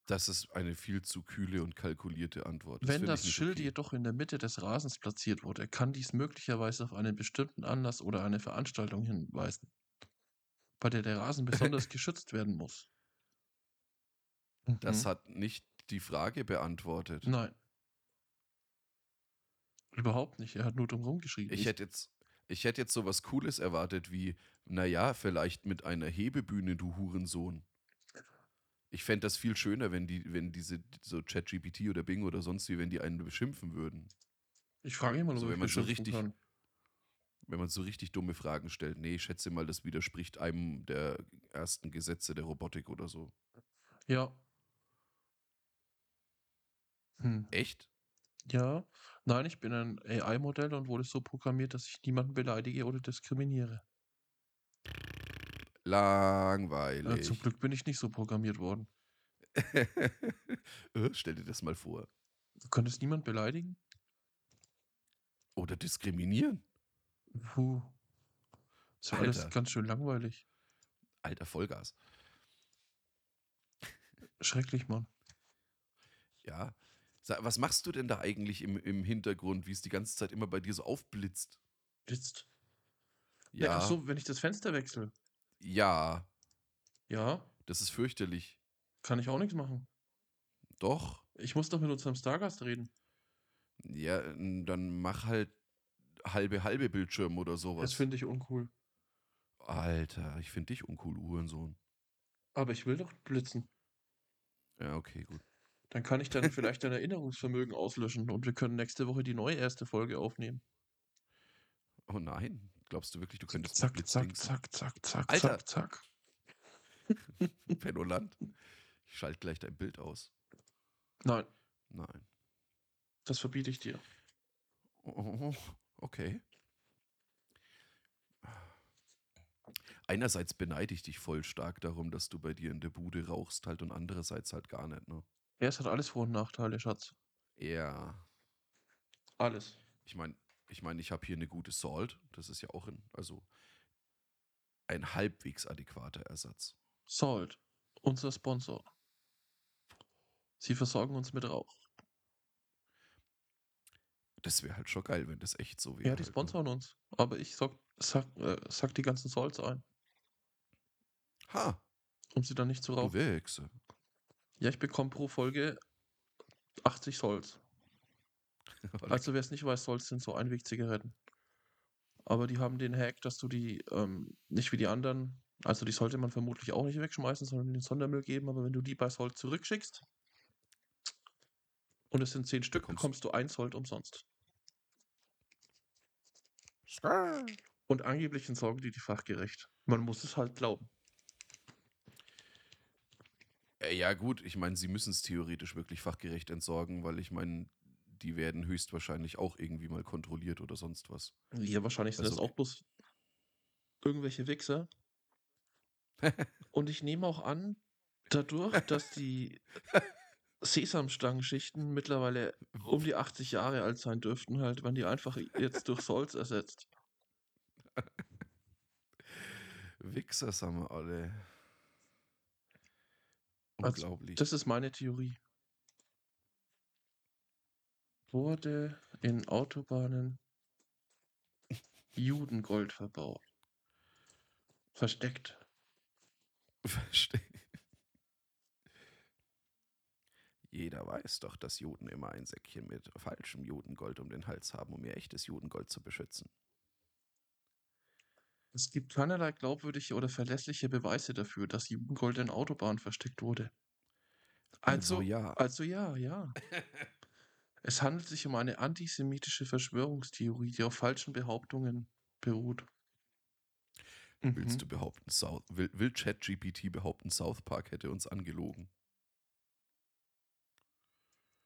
Das ist eine viel zu kühle und kalkulierte Antwort. Wenn finde das ich nicht Schild okay. jedoch in der Mitte des Rasens platziert wurde, kann dies möglicherweise auf einen bestimmten Anlass oder eine Veranstaltung hinweisen, bei der der Rasen [laughs] besonders geschützt werden muss. Das Mhm. hat nicht die Frage beantwortet. Nein. Überhaupt nicht. Er hat nur drum rumgeschrieben. Ich hätte jetzt, ich hätte jetzt sowas Cooles erwartet wie, naja, vielleicht mit einer Hebebühne, du Hurensohn. Ich fände das viel schöner, wenn die, wenn diese so ChatGPT oder Bing oder sonst wie, wenn die einen beschimpfen würden. ich frage immer, so, ob wenn ich man schon beschimpfen richtig- kann. Wenn man so richtig dumme Fragen stellt. Nee, ich schätze mal, das widerspricht einem der ersten Gesetze der Robotik oder so. Ja. Hm. Echt? Ja. Nein, ich bin ein AI-Modell und wurde so programmiert, dass ich niemanden beleidige oder diskriminiere. Äh, Langweilig. zum Glück bin ich nicht so programmiert worden. [laughs] Äh, Stell dir das mal vor. Du könntest niemand beleidigen? Oder diskriminieren. Puh. Ist ja alles Alter. ganz schön langweilig. Alter Vollgas. Schrecklich, Mann. Ja. Sa- Was machst du denn da eigentlich im, im Hintergrund, wie es die ganze Zeit immer bei dir so aufblitzt? Jetzt. Ja. Ja, ach so, wenn ich das Fenster wechsle. ja, Ja, das ist fürchterlich. kann ich auch nichts machen. Doch, Ich muss doch mit unserem Stargast reden. ja, n- dann mach halt halbe, halbe Bildschirm oder Das sowas. finde ich uncool. Alter, ich finde dich uncool, Uhrensohn. Aber ich will doch blitzen. Ja, okay, gut. Dann kann ich [laughs] dann vielleicht dein Erinnerungsvermögen auslöschen und wir können nächste Woche die neue erste Folge aufnehmen. Oh nein, glaubst du wirklich, du könntest mit Zack, zack, Blitzdings- zack, zack, zack, Alter! zack, zack. Penoland? Ich schalte gleich dein Bild aus. Nein, Nein. das verbiete ich dir. Oh, [laughs] okay. Einerseits beneide ich dich voll stark darum, dass du bei dir in der Bude rauchst halt und andererseits halt gar nicht, ne? Ja, es hat alles Vor- und Nachteile, Schatz. Ja. Alles. Ich meine, ich meine, ich habe hier eine gute Salt, das ist ja auch ein, also ein halbwegs adäquater Ersatz. Salt, unser Sponsor. Sie versorgen uns mit Rauch. Das wäre halt schon geil, wenn das echt so wäre. Ja, die halt, ne? sponsoren uns. Aber ich sag, sag, äh, sag die ganzen Salts ein, Ha, um sie dann nicht zu du rauchen. Wichse. Ja, ich bekomme pro Folge 80 Salts. Also wer es nicht weiß, soll es sind so Einwegzigaretten. Aber die haben den Hack, dass du die ähm, nicht wie die anderen, also die sollte man vermutlich auch nicht wegschmeißen, sondern in den Sondermüll geben, aber wenn du die bei Sold zurückschickst, Und es sind zehn Stück, Bekommst- bekommst du ein Sold umsonst. Und angeblich entsorgen die die fachgerecht. Man muss es halt glauben. Äh, Ja, gut, ich meine, sie müssen es theoretisch wirklich fachgerecht entsorgen, weil ich meine, die werden höchstwahrscheinlich auch irgendwie mal kontrolliert oder sonst was. Ja, wahrscheinlich sind Also- das auch bloß irgendwelche Wichser. Und ich nehme auch an, dadurch, dass die Sesamstangenschichten mittlerweile um die 80 Jahre alt sein dürften, halt, wenn die einfach jetzt durch Solz ersetzt. Wichser haben wir alle. Also, Unglaublich. Das ist meine Theorie. Wurde in Autobahnen Judengold verbaut. Versteckt. Verstehe. Jeder weiß doch, dass Juden immer ein Säckchen mit falschem Judengold um den Hals haben, um ihr echtes Judengold zu beschützen. Es gibt keinerlei glaubwürdige oder verlässliche Beweise dafür, dass Judengold in Autobahnen versteckt wurde. Also, also, ja. ja. also ja, ja. es handelt sich um eine antisemitische Verschwörungstheorie, die auf falschen Behauptungen beruht. Willst Mhm. du behaupten, South, will, will ChatGPT behaupten, South Park hätte uns angelogen?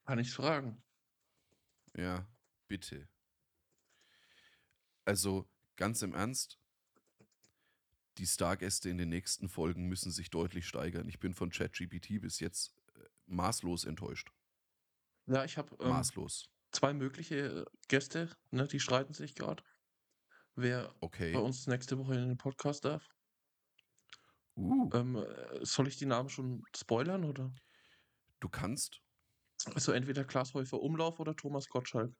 Kann ich fragen. Ja, bitte. Also, ganz im Ernst, die Stargäste in den nächsten Folgen müssen sich deutlich steigern. Ich bin von ChatGPT bis jetzt äh, maßlos enttäuscht. Ja, ich habe ähm, maßlos. zwei mögliche äh, Gäste, ne, die streiten sich gerade. Wer Okay. bei uns nächste Woche in den Podcast darf. Uh, Ähm, äh, soll ich die Namen schon spoilern oder? du kannst. Also entweder Klaas Häufer Umlauf oder Thomas Gottschalk.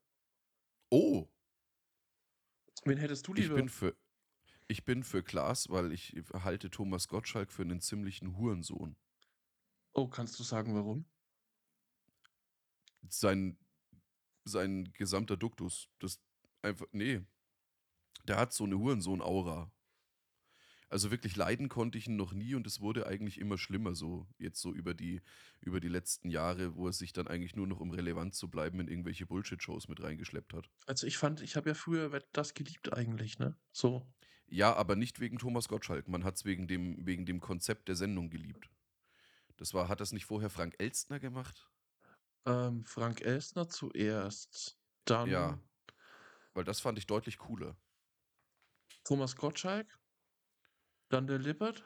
Oh, Wen hättest du ich lieber? bin für. Ich bin für Klaas, weil ich halte Thomas Gottschalk für einen ziemlichen Hurensohn. Oh, kannst du sagen, warum? sein, sein gesamter Duktus. Das einfach, nee. Der hat so eine Hurensohn-Aura. Also wirklich leiden konnte ich ihn noch nie und es wurde eigentlich immer schlimmer so. Jetzt so über die, über die letzten Jahre, wo er sich dann eigentlich nur noch, um relevant zu bleiben, in irgendwelche Bullshit-Shows mit reingeschleppt hat. Also ich fand, ich habe ja früher Wer- das geliebt eigentlich, ne? So. Ja, aber nicht wegen Thomas Gottschalk. Man hat es wegen dem, wegen dem Konzept der Sendung geliebt. Das war, hat das nicht vorher Frank Elstner gemacht? Ähm, Frank Elstner zuerst, dann Ja. Weil das fand ich deutlich cooler. Thomas Gottschalk, dann der Lippert,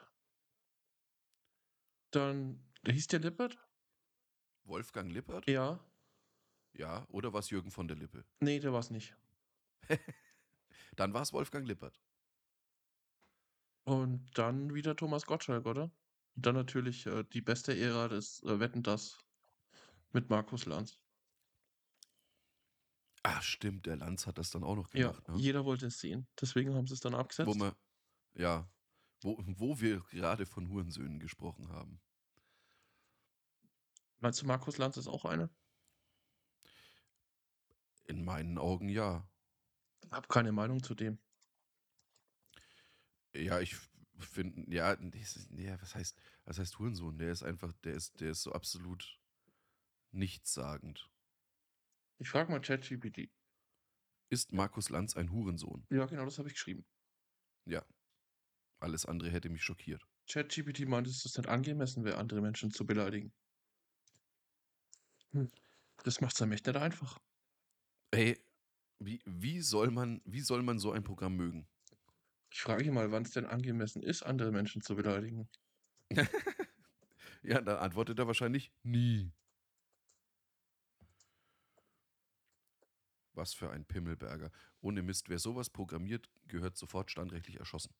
dann hieß der Lippert? Wolfgang Lippert? Ja. Ja, oder war es Jürgen von der Lippe? Nee, der war's nicht. Dann war es Wolfgang Lippert. Und dann wieder Thomas Gottschalk, oder? Und dann natürlich äh, die beste Ära des äh, Wetten das mit Markus Lanz. Ah, stimmt, der Lanz hat das dann auch noch Ja, gemacht. ne? jeder wollte es sehen. Deswegen haben sie es dann abgesetzt. Wo man, ja, wo, wo wir gerade von Hurensöhnen gesprochen haben. Meinst du, Markus Lanz ist auch einer? In meinen Augen ja. Ich habe keine Meinung zu dem. Ja, ich finde, ja, das ist- ja, was heißt, was heißt Hurensohn? Der ist einfach, der ist, der ist so absolut nichtssagend. Ich frage mal ChatGPT. Ist Markus Lanz ein Hurensohn? Ja, genau, das habe ich geschrieben. Alles andere hätte mich schockiert. ChatGPT meint, es ist nicht angemessen wäre, andere Menschen zu beleidigen. Hm. Das macht es einem echt nicht einfach. Ey, wie, wie soll man, wie soll man so ein Programm mögen? Ich frage mal, wann es denn angemessen ist, andere Menschen zu beleidigen. Ja, dann antwortet er wahrscheinlich nie. Was für ein Pimmelberger. Ohne Mist, wer sowas programmiert, gehört sofort standrechtlich erschossen.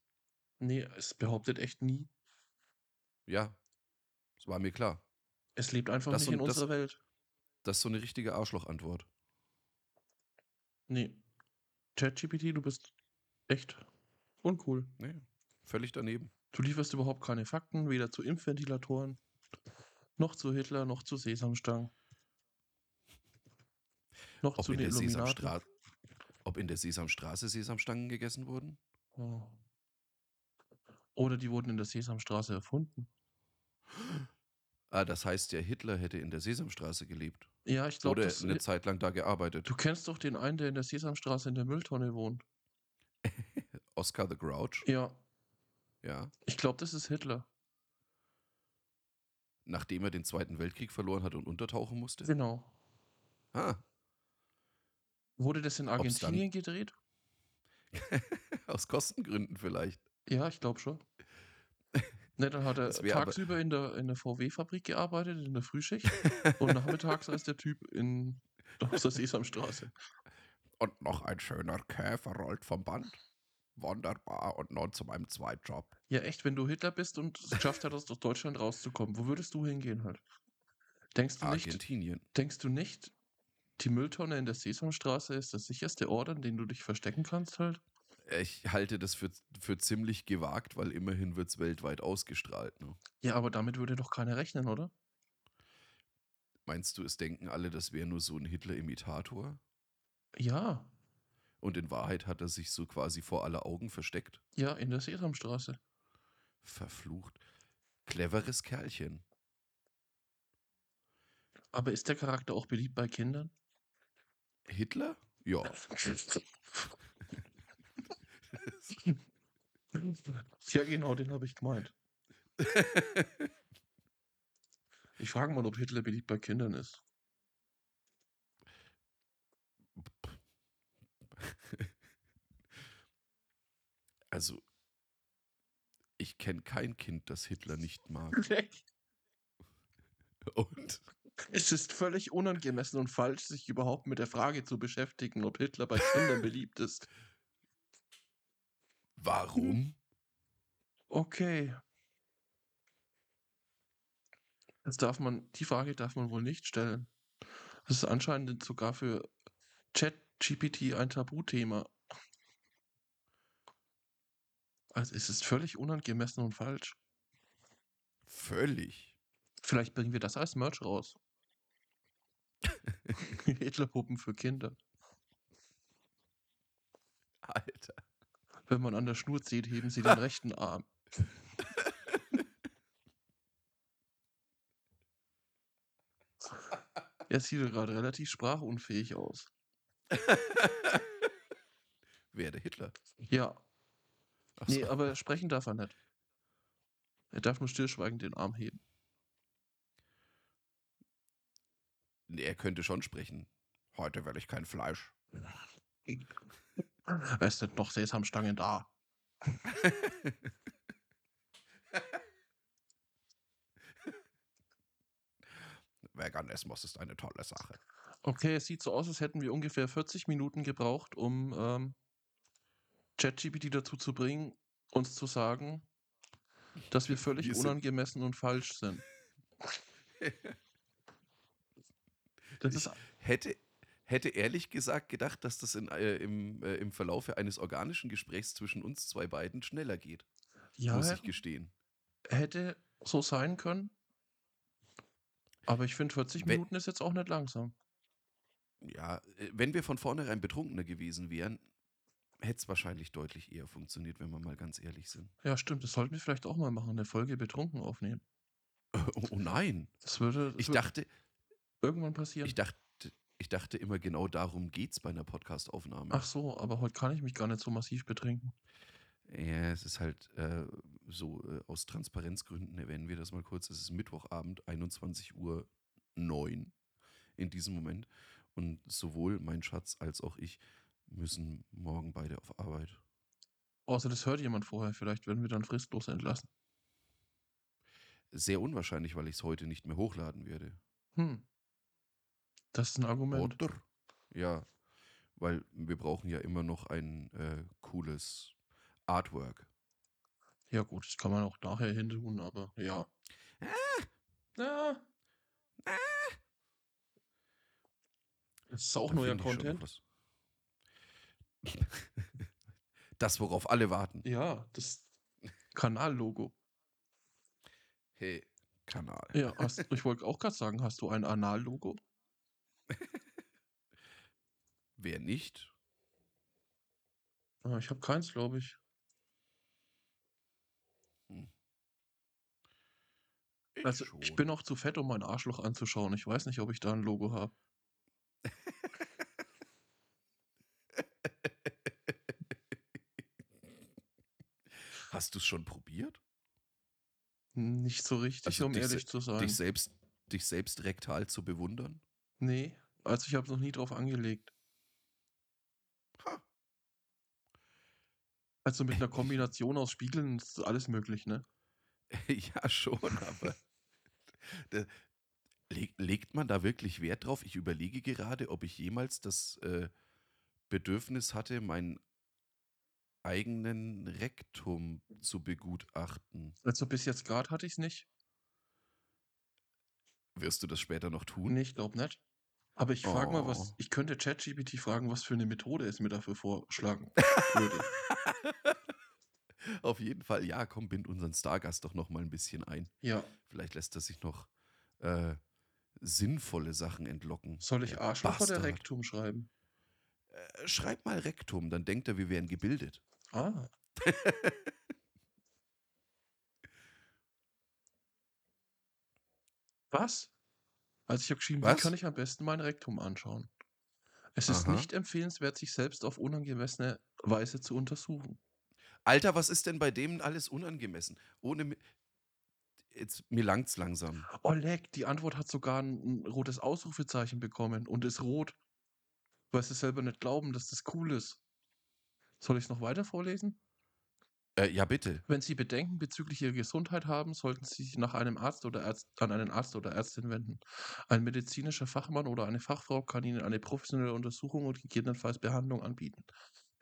Nee, es behauptet echt nie. Ja, das war mir klar. Es lebt einfach Das nicht in und das- unserer Welt. Das ist so eine richtige Arschlochantwort. Nee. ChatGPT, du bist echt uncool. Nee, völlig daneben. Du lieferst überhaupt keine Fakten, weder zu Impfventilatoren, noch zu Hitler, noch zu Sesamstangen. Noch Ob zu in, den der Illuminaten. Sesamstra- ob in der Sesamstraße Sesamstangen gegessen wurden? Oh. Oder die wurden in der Sesamstraße erfunden. Ah, das heißt ja, Hitler hätte in der Sesamstraße gelebt. Ja, ich glaube, Oder das- eine Zeit lang da gearbeitet. du kennst doch den einen, der in der Sesamstraße in der Mülltonne wohnt. Oscar the Grouch, Ja, ja. ich glaube, das ist Hitler. Nachdem er den Zweiten Weltkrieg verloren hat und untertauchen musste. Genau. Ah, Wurde das in Ob's dann- Argentinien gedreht? aus Kostengründen vielleicht. Ja, ich [laughs] glaube schon. Ne, dann hat er Das wär aber- tagsüber in der, in der VW-Fabrik gearbeitet, in der Frühschicht. [laughs] und nachmittags als der Typ in aus der Sesamstraße. Und noch ein schöner Käfer rollt vom Band. Wunderbar. Und nun zu meinem Zweitjob. Ja, echt, wenn du Hitler bist und es geschafft hattest, aus Deutschland rauszukommen, wo würdest du hingehen halt? Denkst du nicht, Argentinien. denkst du nicht, die Mülltonne in der Sesamstraße ist der sicherste Ort, an den du dich verstecken kannst halt? Ich halte das für, für ziemlich gewagt, weil immerhin wird es weltweit ausgestrahlt. Ne? Ja, aber damit würde doch keiner rechnen, oder? Meinst du, es denken alle, das wäre nur so ein Hitler-Imitator? Ja, Und in Wahrheit hat er sich so quasi vor aller Augen versteckt. ja, in der Sesamstraße. Verflucht. Cleveres Kerlchen. Aber ist der Charakter auch beliebt bei Kindern? Hitler? Ja. [laughs] ja, genau, den habe ich gemeint. Ich frage mal, ob Hitler beliebt bei Kindern ist. Also, ich kenne kein Kind, das Hitler nicht mag. [laughs] Und Es ist völlig unangemessen und falsch, sich überhaupt mit der Frage zu beschäftigen, ob Hitler bei Kindern beliebt ist. warum? Okay. Das darf man, die Frage darf man wohl nicht stellen. Das ist anscheinend sogar für ChatGPT ein Tabuthema. Also es ist völlig unangemessen und falsch. Völlig. Vielleicht bringen wir das als Merch raus. [laughs] Hitlerpuppen für Kinder. Alter. Wenn man an der Schnur zieht, heben sie den rechten [laughs] Arm. Er sieht ja gerade relativ sprachunfähig aus. Werde [laughs] Hitler. Also, Ja, Ach so. nee, aber sprechen darf er nicht. Er darf nur stillschweigend den Arm heben. Nee, er könnte schon sprechen. Heute will ich kein Fleisch. Es sind noch Sesamstangen da. Veganismus ist eine tolle Sache. Okay, es sieht so aus, als hätten wir ungefähr 40 Minuten gebraucht, um ähm, ChatGPT dazu zu bringen, uns zu sagen, dass wir [laughs] völlig Wir sind- unangemessen und falsch sind. Das ist, Hätte, hätte ehrlich gesagt gedacht, dass das in, äh, im, äh, im Verlaufe eines organischen Gesprächs zwischen uns zwei beiden schneller geht, ja, muss ich gestehen. hätte so sein können. Aber ich finde, 40 Wenn- Minuten ist jetzt auch nicht langsam. Ja, äh, wenn wir von vornherein Betrunkener gewesen wären, hätte es wahrscheinlich deutlich eher funktioniert, wenn wir mal ganz ehrlich sind. [laughs] Ja, stimmt, das sollten wir vielleicht auch mal machen, eine Folge betrunken aufnehmen. Oh, oh nein, Das würde, das ich würde dachte, irgendwann passieren. ich dachte, ich dachte immer genau darum geht's bei einer Podcast-Aufnahme. Ach so, aber heute kann ich mich gar nicht so massiv betrinken. Ja, es ist halt äh, so, äh, aus Transparenzgründen erwähnen wir das mal kurz. Es ist Mittwochabend, 21.09 Uhr in diesem Moment. Und sowohl mein Schatz als auch ich müssen morgen beide auf Arbeit. Außer das hört jemand vorher, vielleicht werden wir dann fristlos entlassen. Sehr unwahrscheinlich, weil ich es heute nicht mehr hochladen werde. Hm. Das ist ein Argument. Oder? Ja, weil wir brauchen ja immer noch ein äh, cooles Artwork. Ja, gut, das kann man auch nachher hin tun, aber ja. Ah. Das ist auch Da neuer finde ich schon noch Content. was. [laughs] Das, worauf alle warten. Ja, das Kanallogo. Hey, Kanal. Ja, hast, [laughs] ich wollte auch gerade sagen, hast du ein Anal-Logo? Wer nicht? Ah, ich habe keins, glaube Hm. ich. Also ich Schon. bin auch zu fett, um mein Arschloch anzuschauen. Ich weiß nicht, ob ich da ein Logo habe. Hast du es schon probiert? Nicht so richtig, Also um dich se- ehrlich zu sein. Dich selbst, dich selbst rektal zu bewundern? [laughs] nee, also ich habe noch nie drauf angelegt. Ha. Äh, Also mit einer Kombination aus Spiegeln ist alles möglich, ne? ja, schon, [laughs] aber. da, leg, legt man da wirklich Wert drauf? Ich überlege gerade, ob ich jemals das äh, Bedürfnis hatte, meinen eigenen Rektum zu begutachten. Also bis jetzt gerade hatte ich es nicht. Wirst du das später noch tun? Nee, ich glaube nicht. Aber ich frage mal was, Oh. ich könnte ChatGPT fragen, was für eine Methode es mir [laughs] dafür vorschlagen würde. Auf jeden Fall, ja, komm, bind unseren Stargast doch noch mal ein bisschen ein. Ja, Vielleicht lässt er sich noch äh, sinnvolle Sachen entlocken. soll ich Der Arschloch oder Bastard. Rektum schreiben? Äh, schreib mal Rektum, dann denkt er, wir wären gebildet. [laughs] Ah. Was? Also ich habe geschrieben, Was? wie kann ich am besten mein Rektum anschauen? Es ist Aha. nicht empfehlenswert, sich selbst auf unangemessene Weise zu untersuchen. Alter, was ist denn bei dem alles unangemessen? Ohne. mi- Jetzt, mir langt's langsam. Oleg, Oh, die Antwort hat sogar ein, ein rotes Ausrufezeichen bekommen und ist rot. Du weißt es selber nicht glauben, dass das cool ist. Soll ich es noch weiter vorlesen? Äh, ja, bitte. Wenn Sie Bedenken bezüglich Ihrer Gesundheit haben, sollten Sie sich nach einem Arzt oder Ärz an einen Arzt oder Ärztin wenden. Ein medizinischer Fachmann oder eine Fachfrau kann Ihnen eine professionelle Untersuchung und gegebenenfalls Behandlung anbieten.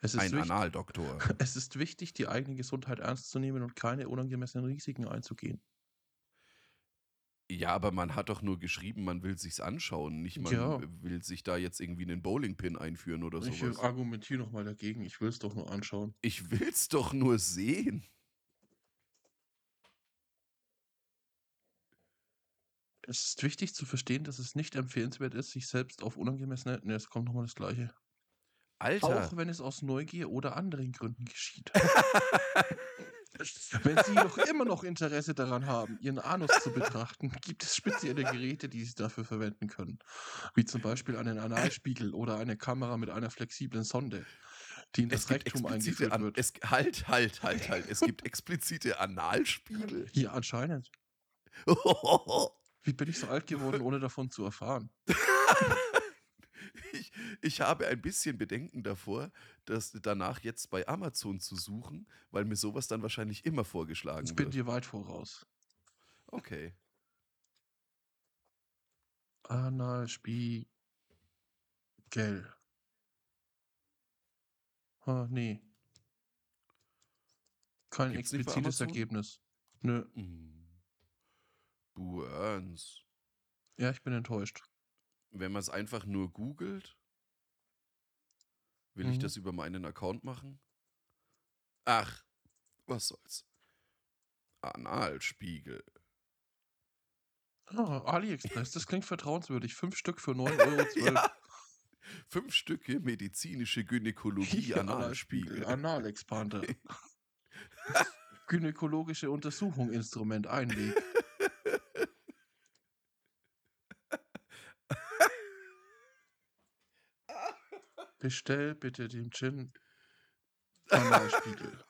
Es ist, Ein wichtig, Analdoktor. es ist wichtig, die eigene Gesundheit ernst zu nehmen und keine unangemessenen Risiken einzugehen. ja, aber man hat doch nur geschrieben, man will sich's anschauen. Nicht man Ja. will sich da jetzt irgendwie einen Bowlingpin einführen oder Ich sowas. argumentiere nochmal dagegen, ich will es doch nur anschauen. Ich will's doch nur sehen. Es ist wichtig zu verstehen, dass es nicht empfehlenswert ist, sich selbst auf unangemessene... Ne, es kommt nochmal das Gleiche. Alter. Auch wenn es aus Neugier oder anderen [laughs] Gründen geschieht. wenn Sie jedoch immer noch Interesse daran haben, Ihren Anus zu betrachten, gibt es spezielle Geräte, die Sie dafür verwenden können. Wie zum Beispiel einen Analspiegel oder eine Kamera mit einer flexiblen Sonde, die in das Rektum explizite eingeführt An wird. es, halt, halt, halt, halt. Es gibt explizite [laughs] Analspiegel. Ja, anscheinend. Wie bin ich so alt geworden, ohne davon zu erfahren? ich, ich habe ein bisschen Bedenken davor, dass danach jetzt bei Amazon zu suchen, weil mir sowas dann wahrscheinlich immer vorgeschlagen Ich bin wird. dir weit voraus. Okay. Analspiegel. Ah, nee. Kein Gibt's nicht bei explizites Amazon? Ergebnis. Nö. Mm. Du Ernst. Ja, ich bin enttäuscht. Wenn man es einfach nur googelt, will ich Mhm. das über meinen Account machen? Ach, was soll's. [laughs] Analspiegel. Ah, AliExpress, das klingt vertrauenswürdig. Fünf Stück für 9,12 Euro. Ja. Fünf Stücke medizinische [laughs] Gynäkologie Analspiegel. Analexpander. Gynäkologische Untersuchung, Instrument, Einweg. Bestell bitte dem Gin Analspiegel.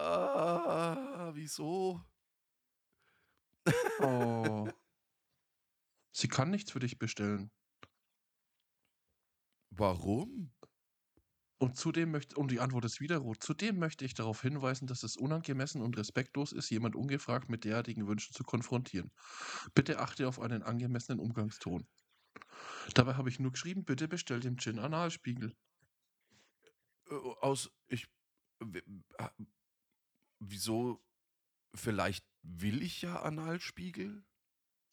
Ah, wieso? Oh. Sie kann nichts für dich bestellen. Warum? Und zudem möchte, und die Antwort ist wieder rot, zudem möchte ich darauf hinweisen, dass es unangemessen und respektlos ist, jemand ungefragt mit derartigen Wünschen zu konfrontieren. Bitte achte auf einen angemessenen Umgangston. Dabei habe ich nur geschrieben, bitte bestell dem Gin Analspiegel. Äh, Aus, ich, w- ah, wieso, vielleicht will ich ja Analspiegel?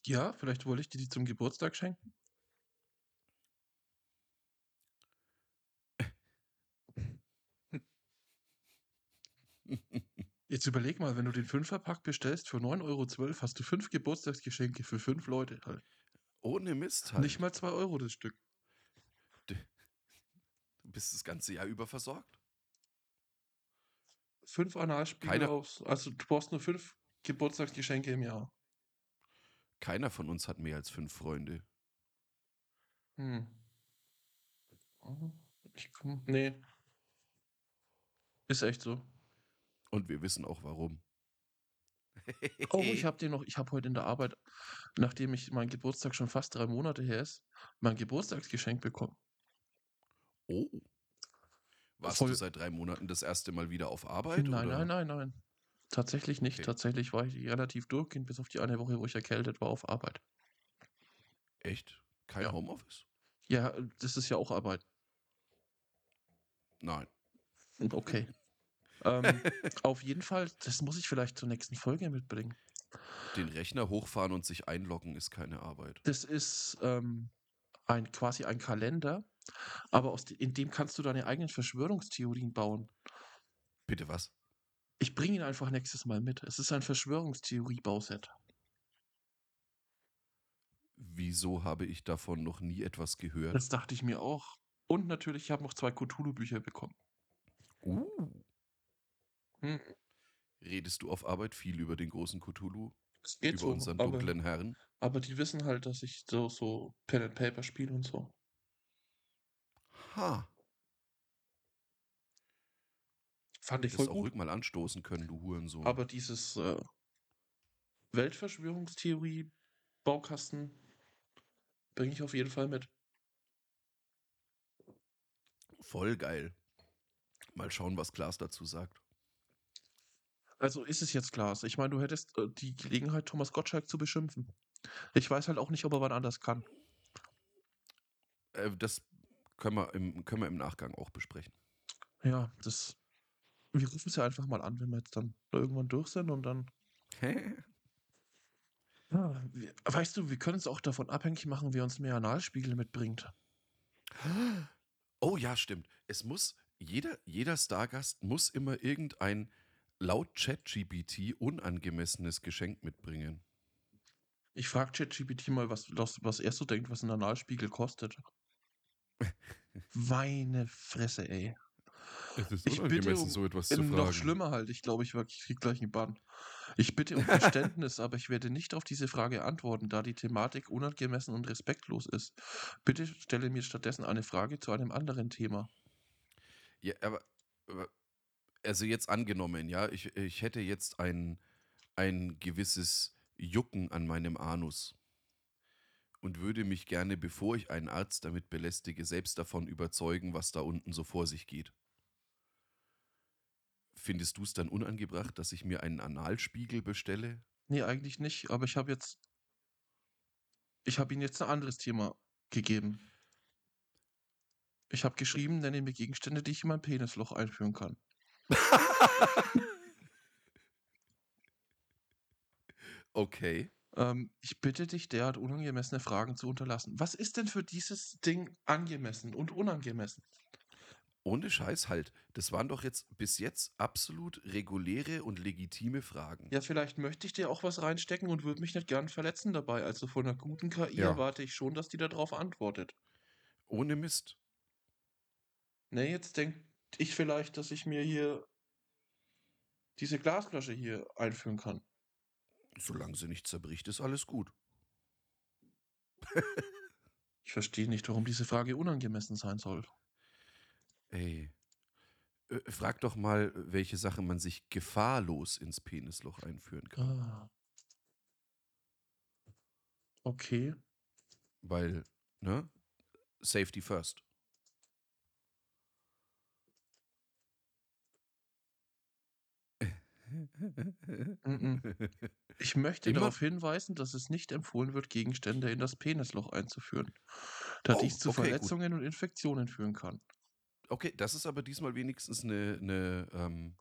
Ja, vielleicht wollte ich dir die zum Geburtstag schenken. Jetzt überleg mal, wenn du den Fünferpack bestellst für 9,12 Euro, hast du fünf Geburtstagsgeschenke für fünf Leute. Halt. Ohne Mist halt. Nicht mal 2 Euro das Stück. Du bist das ganze Jahr über versorgt? fünf Analspiele Keiner- aufs. Also du brauchst nur fünf Geburtstagsgeschenke im Jahr. Keiner von uns hat mehr als fünf Freunde. Hm. Oh, Ich komm, nee. Ist echt so. Und wir wissen auch warum. Oh, Äh, ich habe den noch, ich habe heute in der Arbeit, nachdem ich mein Geburtstag schon fast drei Monate her ist, mein Geburtstagsgeschenk bekommen. Oh. Warst Voll- du seit drei Monaten das erste Mal wieder auf Arbeit? Nein, oder? nein, nein, nein. Tatsächlich nicht. Okay. Tatsächlich war ich relativ durchgehend, bis auf die eine Woche, wo ich erkältet war, auf Arbeit. Echt? Kein Ja. Homeoffice? Ja, das ist ja auch Arbeit. Nein. Okay. [laughs] ähm, auf jeden Fall, das muss ich vielleicht zur nächsten Folge mitbringen. Den Rechner hochfahren und sich einloggen ist keine Arbeit. Das ist ähm, ein, quasi ein Kalender, aber aus, de- in dem kannst du deine eigenen Verschwörungstheorien bauen. Bitte was? Ich bringe ihn einfach nächstes Mal mit. Es ist ein Verschwörungstheorie-Bauset. Wieso habe ich davon noch nie etwas gehört? Das dachte ich mir auch. Und natürlich, ich habe noch zwei Cthulhu-Bücher bekommen. Uh. Hm. Redest du auf Arbeit viel über den großen Cthulhu? Es geht über so, unseren aber, dunklen Herrn? aber die wissen halt, dass ich so, so Pen and Paper spiele und so. Ha. Fand ich Das auch voll gut. ruhig mal anstoßen können, du Hurensohn. Aber dieses äh, Weltverschwörungstheorie-Baukasten bringe ich auf jeden Fall mit. Voll geil. Mal schauen, was Klaas dazu sagt. Also ist es jetzt Klaas. Ich meine, du hättest äh, die Gelegenheit, Thomas Gottschalk zu beschimpfen. Ich weiß halt auch nicht, ob er wann anders kann. Äh, das können wir, im, können wir im Nachgang auch besprechen. Ja, das. Wir rufen es ja einfach mal an, wenn wir jetzt dann irgendwann durch sind und dann. Ja, wir, weißt du, wir können es auch davon abhängig machen, wer uns mehr Analspiegel mitbringt. Oh ja, stimmt. Es muss, jeder, jeder Stargast muss immer irgendein laut ChatGPT unangemessenes Geschenk mitbringen. Ich frage ChatGPT mal, was, was, was er so denkt, was ein Analspiegel kostet. Meine Fresse, ey. Es ist Ich bitte unangemessen, um so etwas Ähm, Noch schlimmer halt, ich glaube, ich, war- ich krieg gleich einen Bann. Ich bitte um Verständnis, aber ich werde nicht auf diese Frage antworten, da die Thematik unangemessen und respektlos ist. Bitte stelle mir stattdessen eine Frage zu einem anderen Thema. Ja, aber, aber also jetzt angenommen, ja, ich, ich hätte jetzt ein, ein gewisses Jucken an meinem Anus und würde mich gerne, bevor ich einen Arzt damit belästige, selbst davon überzeugen, was da unten so vor sich geht. Findest du es dann unangebracht, dass ich mir einen Analspiegel bestelle? Nee, Ne, eigentlich nicht, aber ich habe jetzt. Ich habe Ihnen jetzt ein anderes Thema gegeben. Ich habe geschrieben, nenne mir Gegenstände, die ich in mein Penisloch einführen kann. Okay. Ähm, ich bitte dich, derart unangemessene Fragen zu unterlassen. Was ist denn für dieses Ding angemessen und unangemessen? Ohne Scheiß halt. Das waren doch jetzt bis jetzt absolut reguläre und legitime Fragen. Ja, vielleicht möchte ich dir auch was reinstecken und würde mich nicht gern verletzen dabei. Also von einer guten KI Ja. erwarte ich schon, dass die darauf antwortet. Ohne Mist. Ne, jetzt denke ich vielleicht, dass ich mir hier diese Glasflasche hier einführen kann. Solange sie nicht zerbricht, ist alles gut. Ich verstehe nicht, warum diese Frage unangemessen sein soll. Ey. Äh, Frag doch mal, welche Sache man sich gefahrlos ins Penisloch einführen kann. Ah. Okay. Weil, ne? Safety first. Mhm. [laughs] Ich möchte Immer- darauf hinweisen, dass es nicht empfohlen wird, Gegenstände in das Penisloch einzuführen, da Oh, dies zu okay, gut. Verletzungen und Infektionen führen kann. Okay, das ist aber diesmal wenigstens eine, eine, ähm,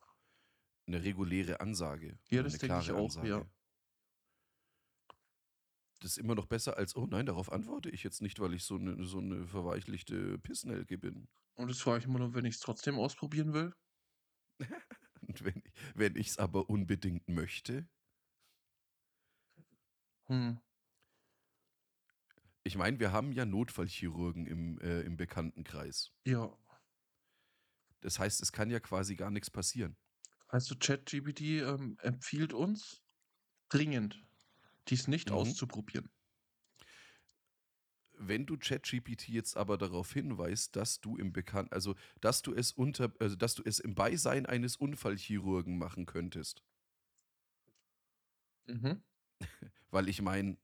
eine reguläre Ansage. Ja, oder das eine denke ich klare auch, ja. Das ist immer noch besser als, oh nein, darauf antworte ich jetzt nicht, weil ich so eine, so eine verweichlichte Pissnelke bin. [laughs] Und jetzt frage ich mich nur, wenn ich es trotzdem ausprobieren will. Und wenn, wenn ich es aber unbedingt möchte, Hm. Ich meine, wir haben ja Notfallchirurgen im, äh, im Bekanntenkreis. Ja, Das heißt, es kann ja quasi gar nichts passieren. Also ChatGPT ähm, empfiehlt uns dringend, dies nicht Mhm. auszuprobieren. Wenn du ChatGPT jetzt aber darauf hinweist, dass du im Bekannt, also dass du es unter, also dass du es im Beisein eines Unfallchirurgen machen könntest, Mhm. weil ich meine,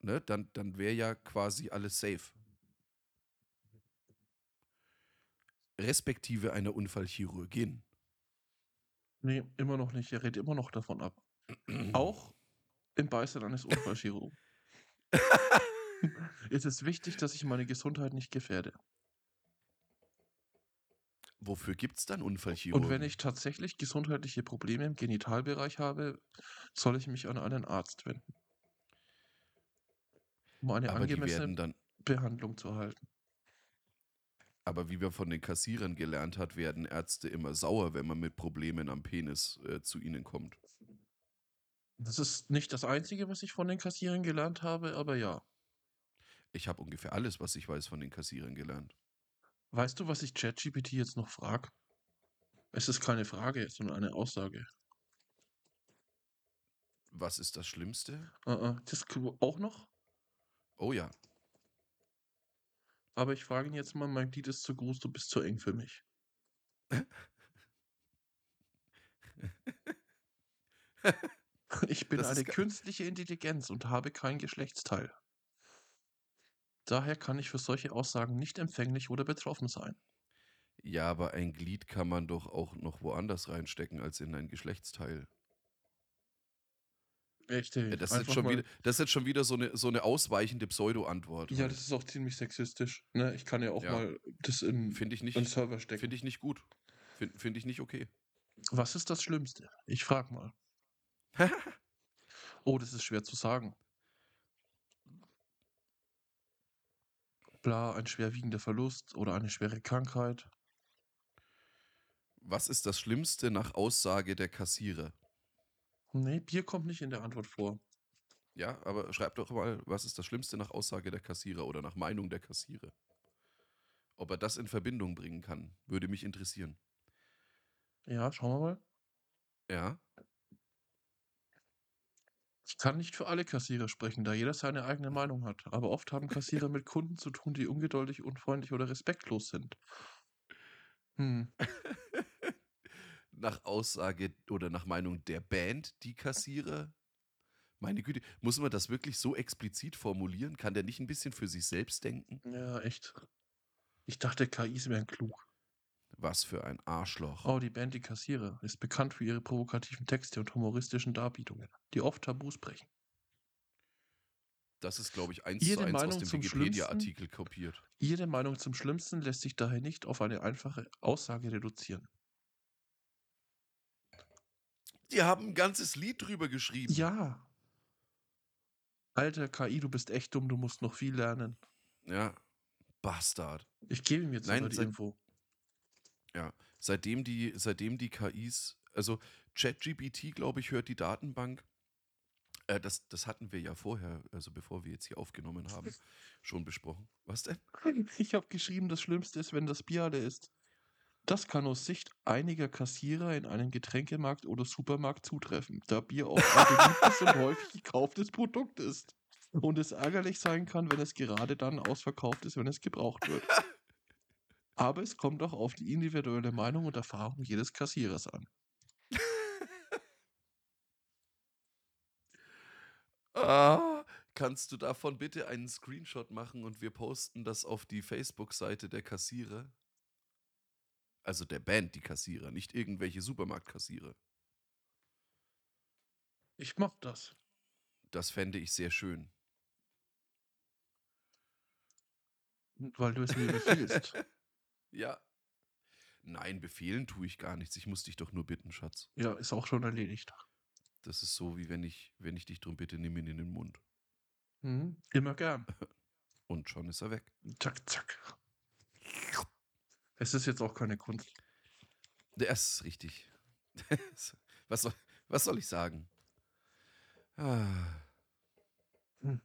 ne, dann, dann wäre ja quasi alles safe. Respektive einer Unfallchirurgin. Nee, Ne, immer noch nicht. Er redet immer noch davon [clears throat] ab. Auch im Beisein [laughs] eines Unfallchirurgen. es ist wichtig, dass ich meine Gesundheit nicht gefährde. Wofür gibt es dann Unfallchirurgen? Und wenn ich tatsächlich gesundheitliche Probleme im Genitalbereich habe, soll ich mich an einen Arzt wenden, um eine aber die werden angemessene dann, Behandlung zu erhalten. aber wie wir von den Kassierern gelernt hat, werden Ärzte immer sauer, wenn man mit Problemen am Penis äh, zu ihnen kommt. Das ist nicht das Einzige, was ich von den Kassierern gelernt habe, aber ja. Ich habe ungefähr alles, was ich weiß, von den Kassierern gelernt. Weißt du, was ich ChatGPT jetzt noch frage? Es ist keine Frage, sondern eine Aussage. Was ist das Schlimmste? Äh, äh, das k- auch noch? Oh ja, Aber ich frage ihn jetzt mal, mein Glied ist zu groß, du bist zu eng für mich. Ich bin Das ist eine ge- künstliche Intelligenz und habe kein Geschlechtsteil. Daher kann ich für solche Aussagen nicht empfänglich oder betroffen sein. ja, aber ein Glied kann man doch auch noch woanders reinstecken als in ein Geschlechtsteil. Echt? Ja, das, ist jetzt schon wieder, das ist jetzt schon wieder so eine, so eine ausweichende Pseudo-Antwort. Ja, das ist auch ziemlich sexistisch. Ne? Ich kann ja auch Ja. mal das in finde ich einen nicht, Server stecken. finde ich nicht gut. Finde find ich nicht okay. Was ist das Schlimmste? Ich frag mal. Oh, das ist schwer zu sagen. Bla, ein schwerwiegender Verlust oder eine schwere Krankheit. Was ist das Schlimmste nach Aussage der Kassierer? Nee, Bier kommt nicht in der Antwort vor. Ja, aber schreib doch mal, was ist das Schlimmste nach Aussage der Kassierer oder nach Meinung der Kassierer? Ob er das in Verbindung bringen kann, würde mich interessieren. Ja, schauen wir mal. Ja? Ich kann nicht für alle Kassierer sprechen, da jeder seine eigene Meinung hat. Aber oft haben Kassierer mit Kunden zu tun, die ungeduldig, unfreundlich oder respektlos sind. Hm. Nach Aussage oder nach Meinung der Band, die Kassierer? Meine Güte, muss man das wirklich so explizit formulieren? Kann der nicht ein bisschen für sich selbst denken? Ja, echt. Ich dachte, KIs wären klug. Was für ein Arschloch. Oh, die Band Die Kassierer ist bekannt für ihre provokativen Texte und humoristischen Darbietungen, die oft Tabus brechen. Das ist, glaube ich, eins Ihre zu eins Meinung aus zum dem Schlimmsten? Wikipedia-Artikel kopiert. Jede Meinung zum Schlimmsten lässt sich daher nicht auf eine einfache Aussage reduzieren. Die haben ein ganzes Lied drüber geschrieben. Ja. Alter KI, du bist echt dumm, du musst noch viel lernen. Ja. Bastard. Ich gebe ihm jetzt Nein, sogar die sag- Info. Seitdem die, seitdem die KIs, also ChatGPT, glaube ich, hört die Datenbank. Äh, das, das hatten wir ja vorher, also bevor wir jetzt hier aufgenommen [laughs] haben, schon besprochen. Was denn? [laughs] Ich habe geschrieben, das Schlimmste ist, wenn das Bier alle ist. Das kann aus Sicht einiger Kassierer in einem Getränkemarkt oder Supermarkt zutreffen, da Bier oft ein beliebtes und häufig gekauftes Produkt ist. Und es ärgerlich sein kann, wenn es gerade dann ausverkauft ist, wenn es gebraucht wird. Aber es kommt auch auf die individuelle Meinung und Erfahrung jedes Kassierers an. Ah, kannst du davon bitte einen Screenshot machen und wir posten das auf die Facebook-Seite der Kassierer? Also der Band, die Kassierer, nicht irgendwelche Supermarktkassierer. Ich mach das. Das fände ich sehr schön. Weil du es mir [laughs] befiehlst. Ja. Nein, befehlen tue ich gar nichts. Ich muss dich doch nur bitten, Schatz. Ja, ist auch schon erledigt. Das ist so, wie wenn ich, wenn ich dich drum bitte, nimm ihn in den Mund. Mhm. Immer gern. Und schon ist er weg. Zack, zack. Es ist jetzt auch keine Kunst. Das ist richtig. [laughs] was, soll, was soll ich sagen? Ah, Mhm.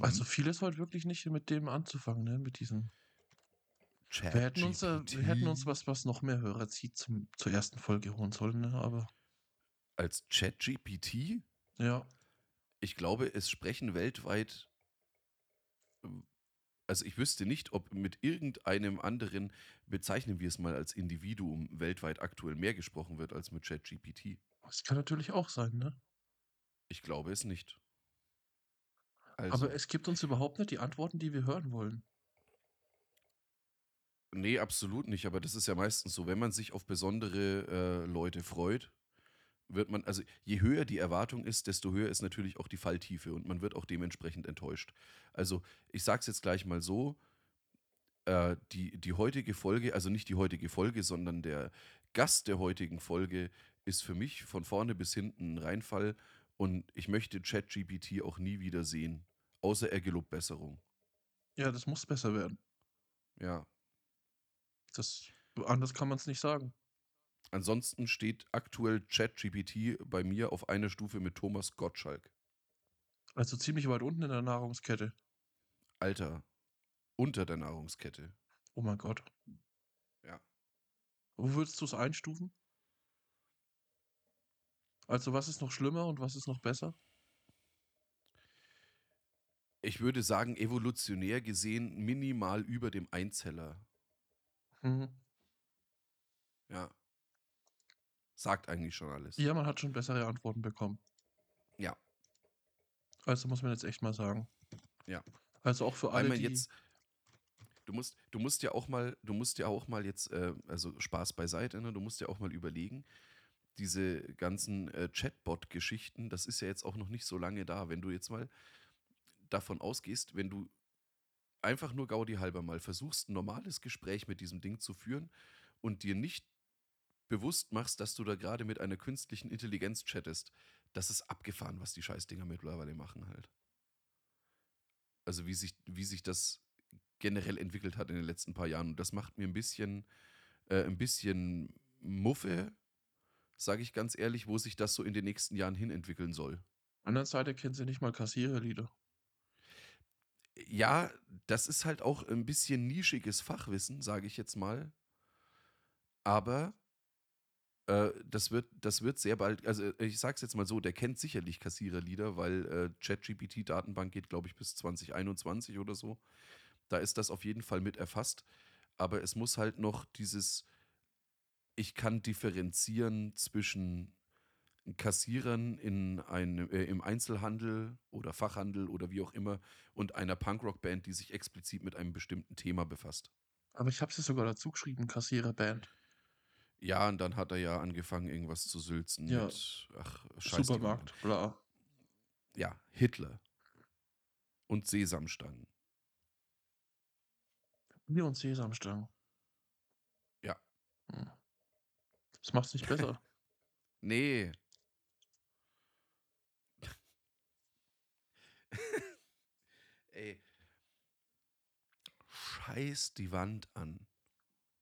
Also vieles halt wirklich nicht mit dem anzufangen, ne? Mit diesem Chat Wir hätten uns, äh, wir hätten uns was, was noch mehr Hörer zieht, zum, zur ersten Folge holen sollen, ne? aber als ChatGPT. ja. Ich glaube, es sprechen weltweit. ähm, Also ich wüsste nicht, ob mit irgendeinem anderen, bezeichnen wir es mal als Individuum, weltweit aktuell mehr gesprochen wird als mit ChatGPT. Das kann natürlich auch sein, ne? Ich glaube es nicht. Also, Aber es gibt uns überhaupt nicht die Antworten, die wir hören wollen. nee, ne, absolut nicht. Aber das ist ja meistens so, wenn man sich auf besondere äh, Leute freut, wird man, also je höher die Erwartung ist, desto höher ist natürlich auch die Falltiefe und man wird auch dementsprechend enttäuscht. Also ich sag's jetzt gleich mal so, äh, die, die heutige Folge, also nicht die heutige Folge, sondern der Gast der heutigen Folge ist für mich von vorne bis hinten ein Reinfall und ich möchte ChatGPT auch nie wieder sehen, außer er gelobt Besserung. Ja, das muss besser werden. Ja, Das, anders kann man es nicht sagen. Ansonsten steht aktuell ChatGPT bei mir auf einer Stufe mit Thomas Gottschalk. Also ziemlich weit unten in der Nahrungskette. Alter, unter der Nahrungskette. Oh mein Gott. Ja. Wo würdest du es einstufen? Also, was ist noch schlimmer und was ist noch besser? Ich würde sagen, evolutionär gesehen minimal über dem Einzeller. Mhm. Ja. Sagt eigentlich schon alles. Ja, man hat schon bessere Antworten bekommen. Ja. Also muss man jetzt echt mal sagen. Ja. Also auch für Weil alle, man die jetzt. Du musst, du musst ja auch mal, du musst ja auch mal jetzt, äh, also Spaß beiseite, ne? du musst ja auch mal überlegen, diese ganzen äh, Chatbot-Geschichten, das ist ja jetzt auch noch nicht so lange da. Wenn du jetzt mal davon ausgehst, wenn du einfach nur Gaudi halber mal versuchst, ein normales Gespräch mit diesem Ding zu führen und dir nicht bewusst machst, dass du da gerade mit einer künstlichen Intelligenz chattest, das ist abgefahren, was die Scheißdinger mittlerweile machen halt. Also wie sich, wie sich das generell entwickelt hat in den letzten paar Jahren. Und das macht mir ein bisschen, äh, ein bisschen Muffe, sage ich ganz ehrlich, wo sich das so in den nächsten Jahren hin entwickeln soll. anderen Seite kennen sie nicht mal Kassiererlieder. ja, das ist halt auch ein bisschen nischiges Fachwissen, sage ich jetzt mal. Aber äh, das, wird, das wird sehr bald, also äh, ich sage es jetzt mal so, der kennt sicherlich Kassiererlieder, weil äh, ChatGPT-Datenbank geht, glaube ich, bis 2021 oder so. Da ist das auf jeden Fall mit erfasst. Aber es muss halt noch dieses, ich kann differenzieren zwischen Kassierern in einem, äh, im Einzelhandel oder Fachhandel oder wie auch immer und einer Punkrock-Band, die sich explizit mit einem bestimmten Thema befasst. Aber ich habe sie sogar dazu geschrieben, Kassiererband. Ja, und dann hat er ja angefangen, irgendwas zu sülzen Ja. mit, ach, scheiß die Supermarkt, bla. Nummern. Ja, Hitler. Und Sesamstangen. Bier und Sesamstangen. Ja. Hm. Das macht's nicht besser. Nee. [laughs] Ey. Scheiß die Wand an.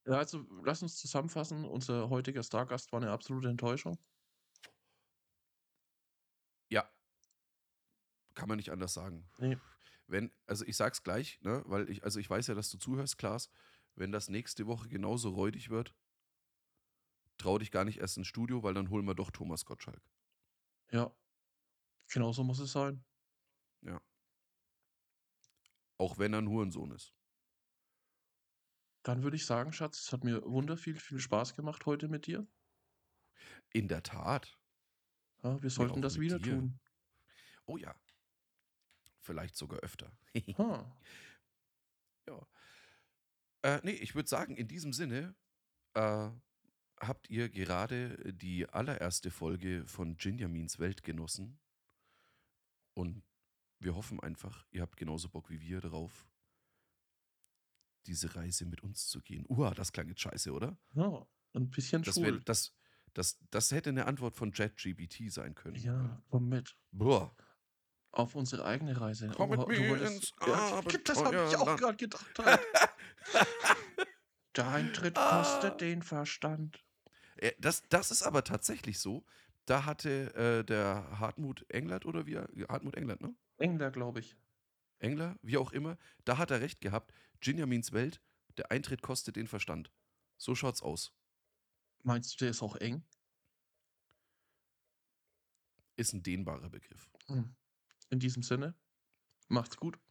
ja, also lass uns zusammenfassen. Unser heutiger Stargast war eine absolute Enttäuschung. Kann man nicht anders sagen. Nee. Wenn, also ich sag's gleich, ne, weil ich, also ich weiß ja, dass du zuhörst, Klaas, wenn das nächste Woche genauso räudig wird, trau dich gar nicht erst ins Studio, weil dann holen wir doch Thomas Gottschalk. Ja. Genauso muss es sein. Auch wenn er ein Hurensohn ist. Dann würde ich sagen, Schatz, es hat mir wunderviel, viel Spaß gemacht heute mit dir. In der Tat. Ja, wir sollten auch das mit wieder dir. tun. Oh ja. Vielleicht sogar öfter. Ha. Äh, nee, ich würde sagen, in diesem Sinne äh, habt ihr gerade äh, die allererste Folge von Ginjamins Welt genossen. Und wir hoffen einfach, ihr habt genauso Bock wie wir darauf, diese Reise mit uns zu gehen. Uah, das klang jetzt scheiße, oder? Ja, ein bisschen Das, wär, schwul. das, das, das hätte eine Antwort von JetGBT sein können. Ja, komm mit. Boah. Auf unsere eigene Reise. Komm mit du mir ins wolltest- ja, Das habe ich auch Abenteuerland. gerade gedacht. Halt. Dein [laughs] Tritt Ah. kostet den Verstand. Äh, Das, das ist aber tatsächlich so. Da hatte äh, der Hartmut Englert oder wie er, Hartmut Englert, ne? Engler, glaube ich. Engler, wie auch immer, da hat er recht gehabt. Ginjamins Welt Der Eintritt kostet den Verstand. So schaut's aus. Meinst du, der ist auch eng? Ist ein dehnbarer Begriff. Hm. In diesem Sinne, macht's gut.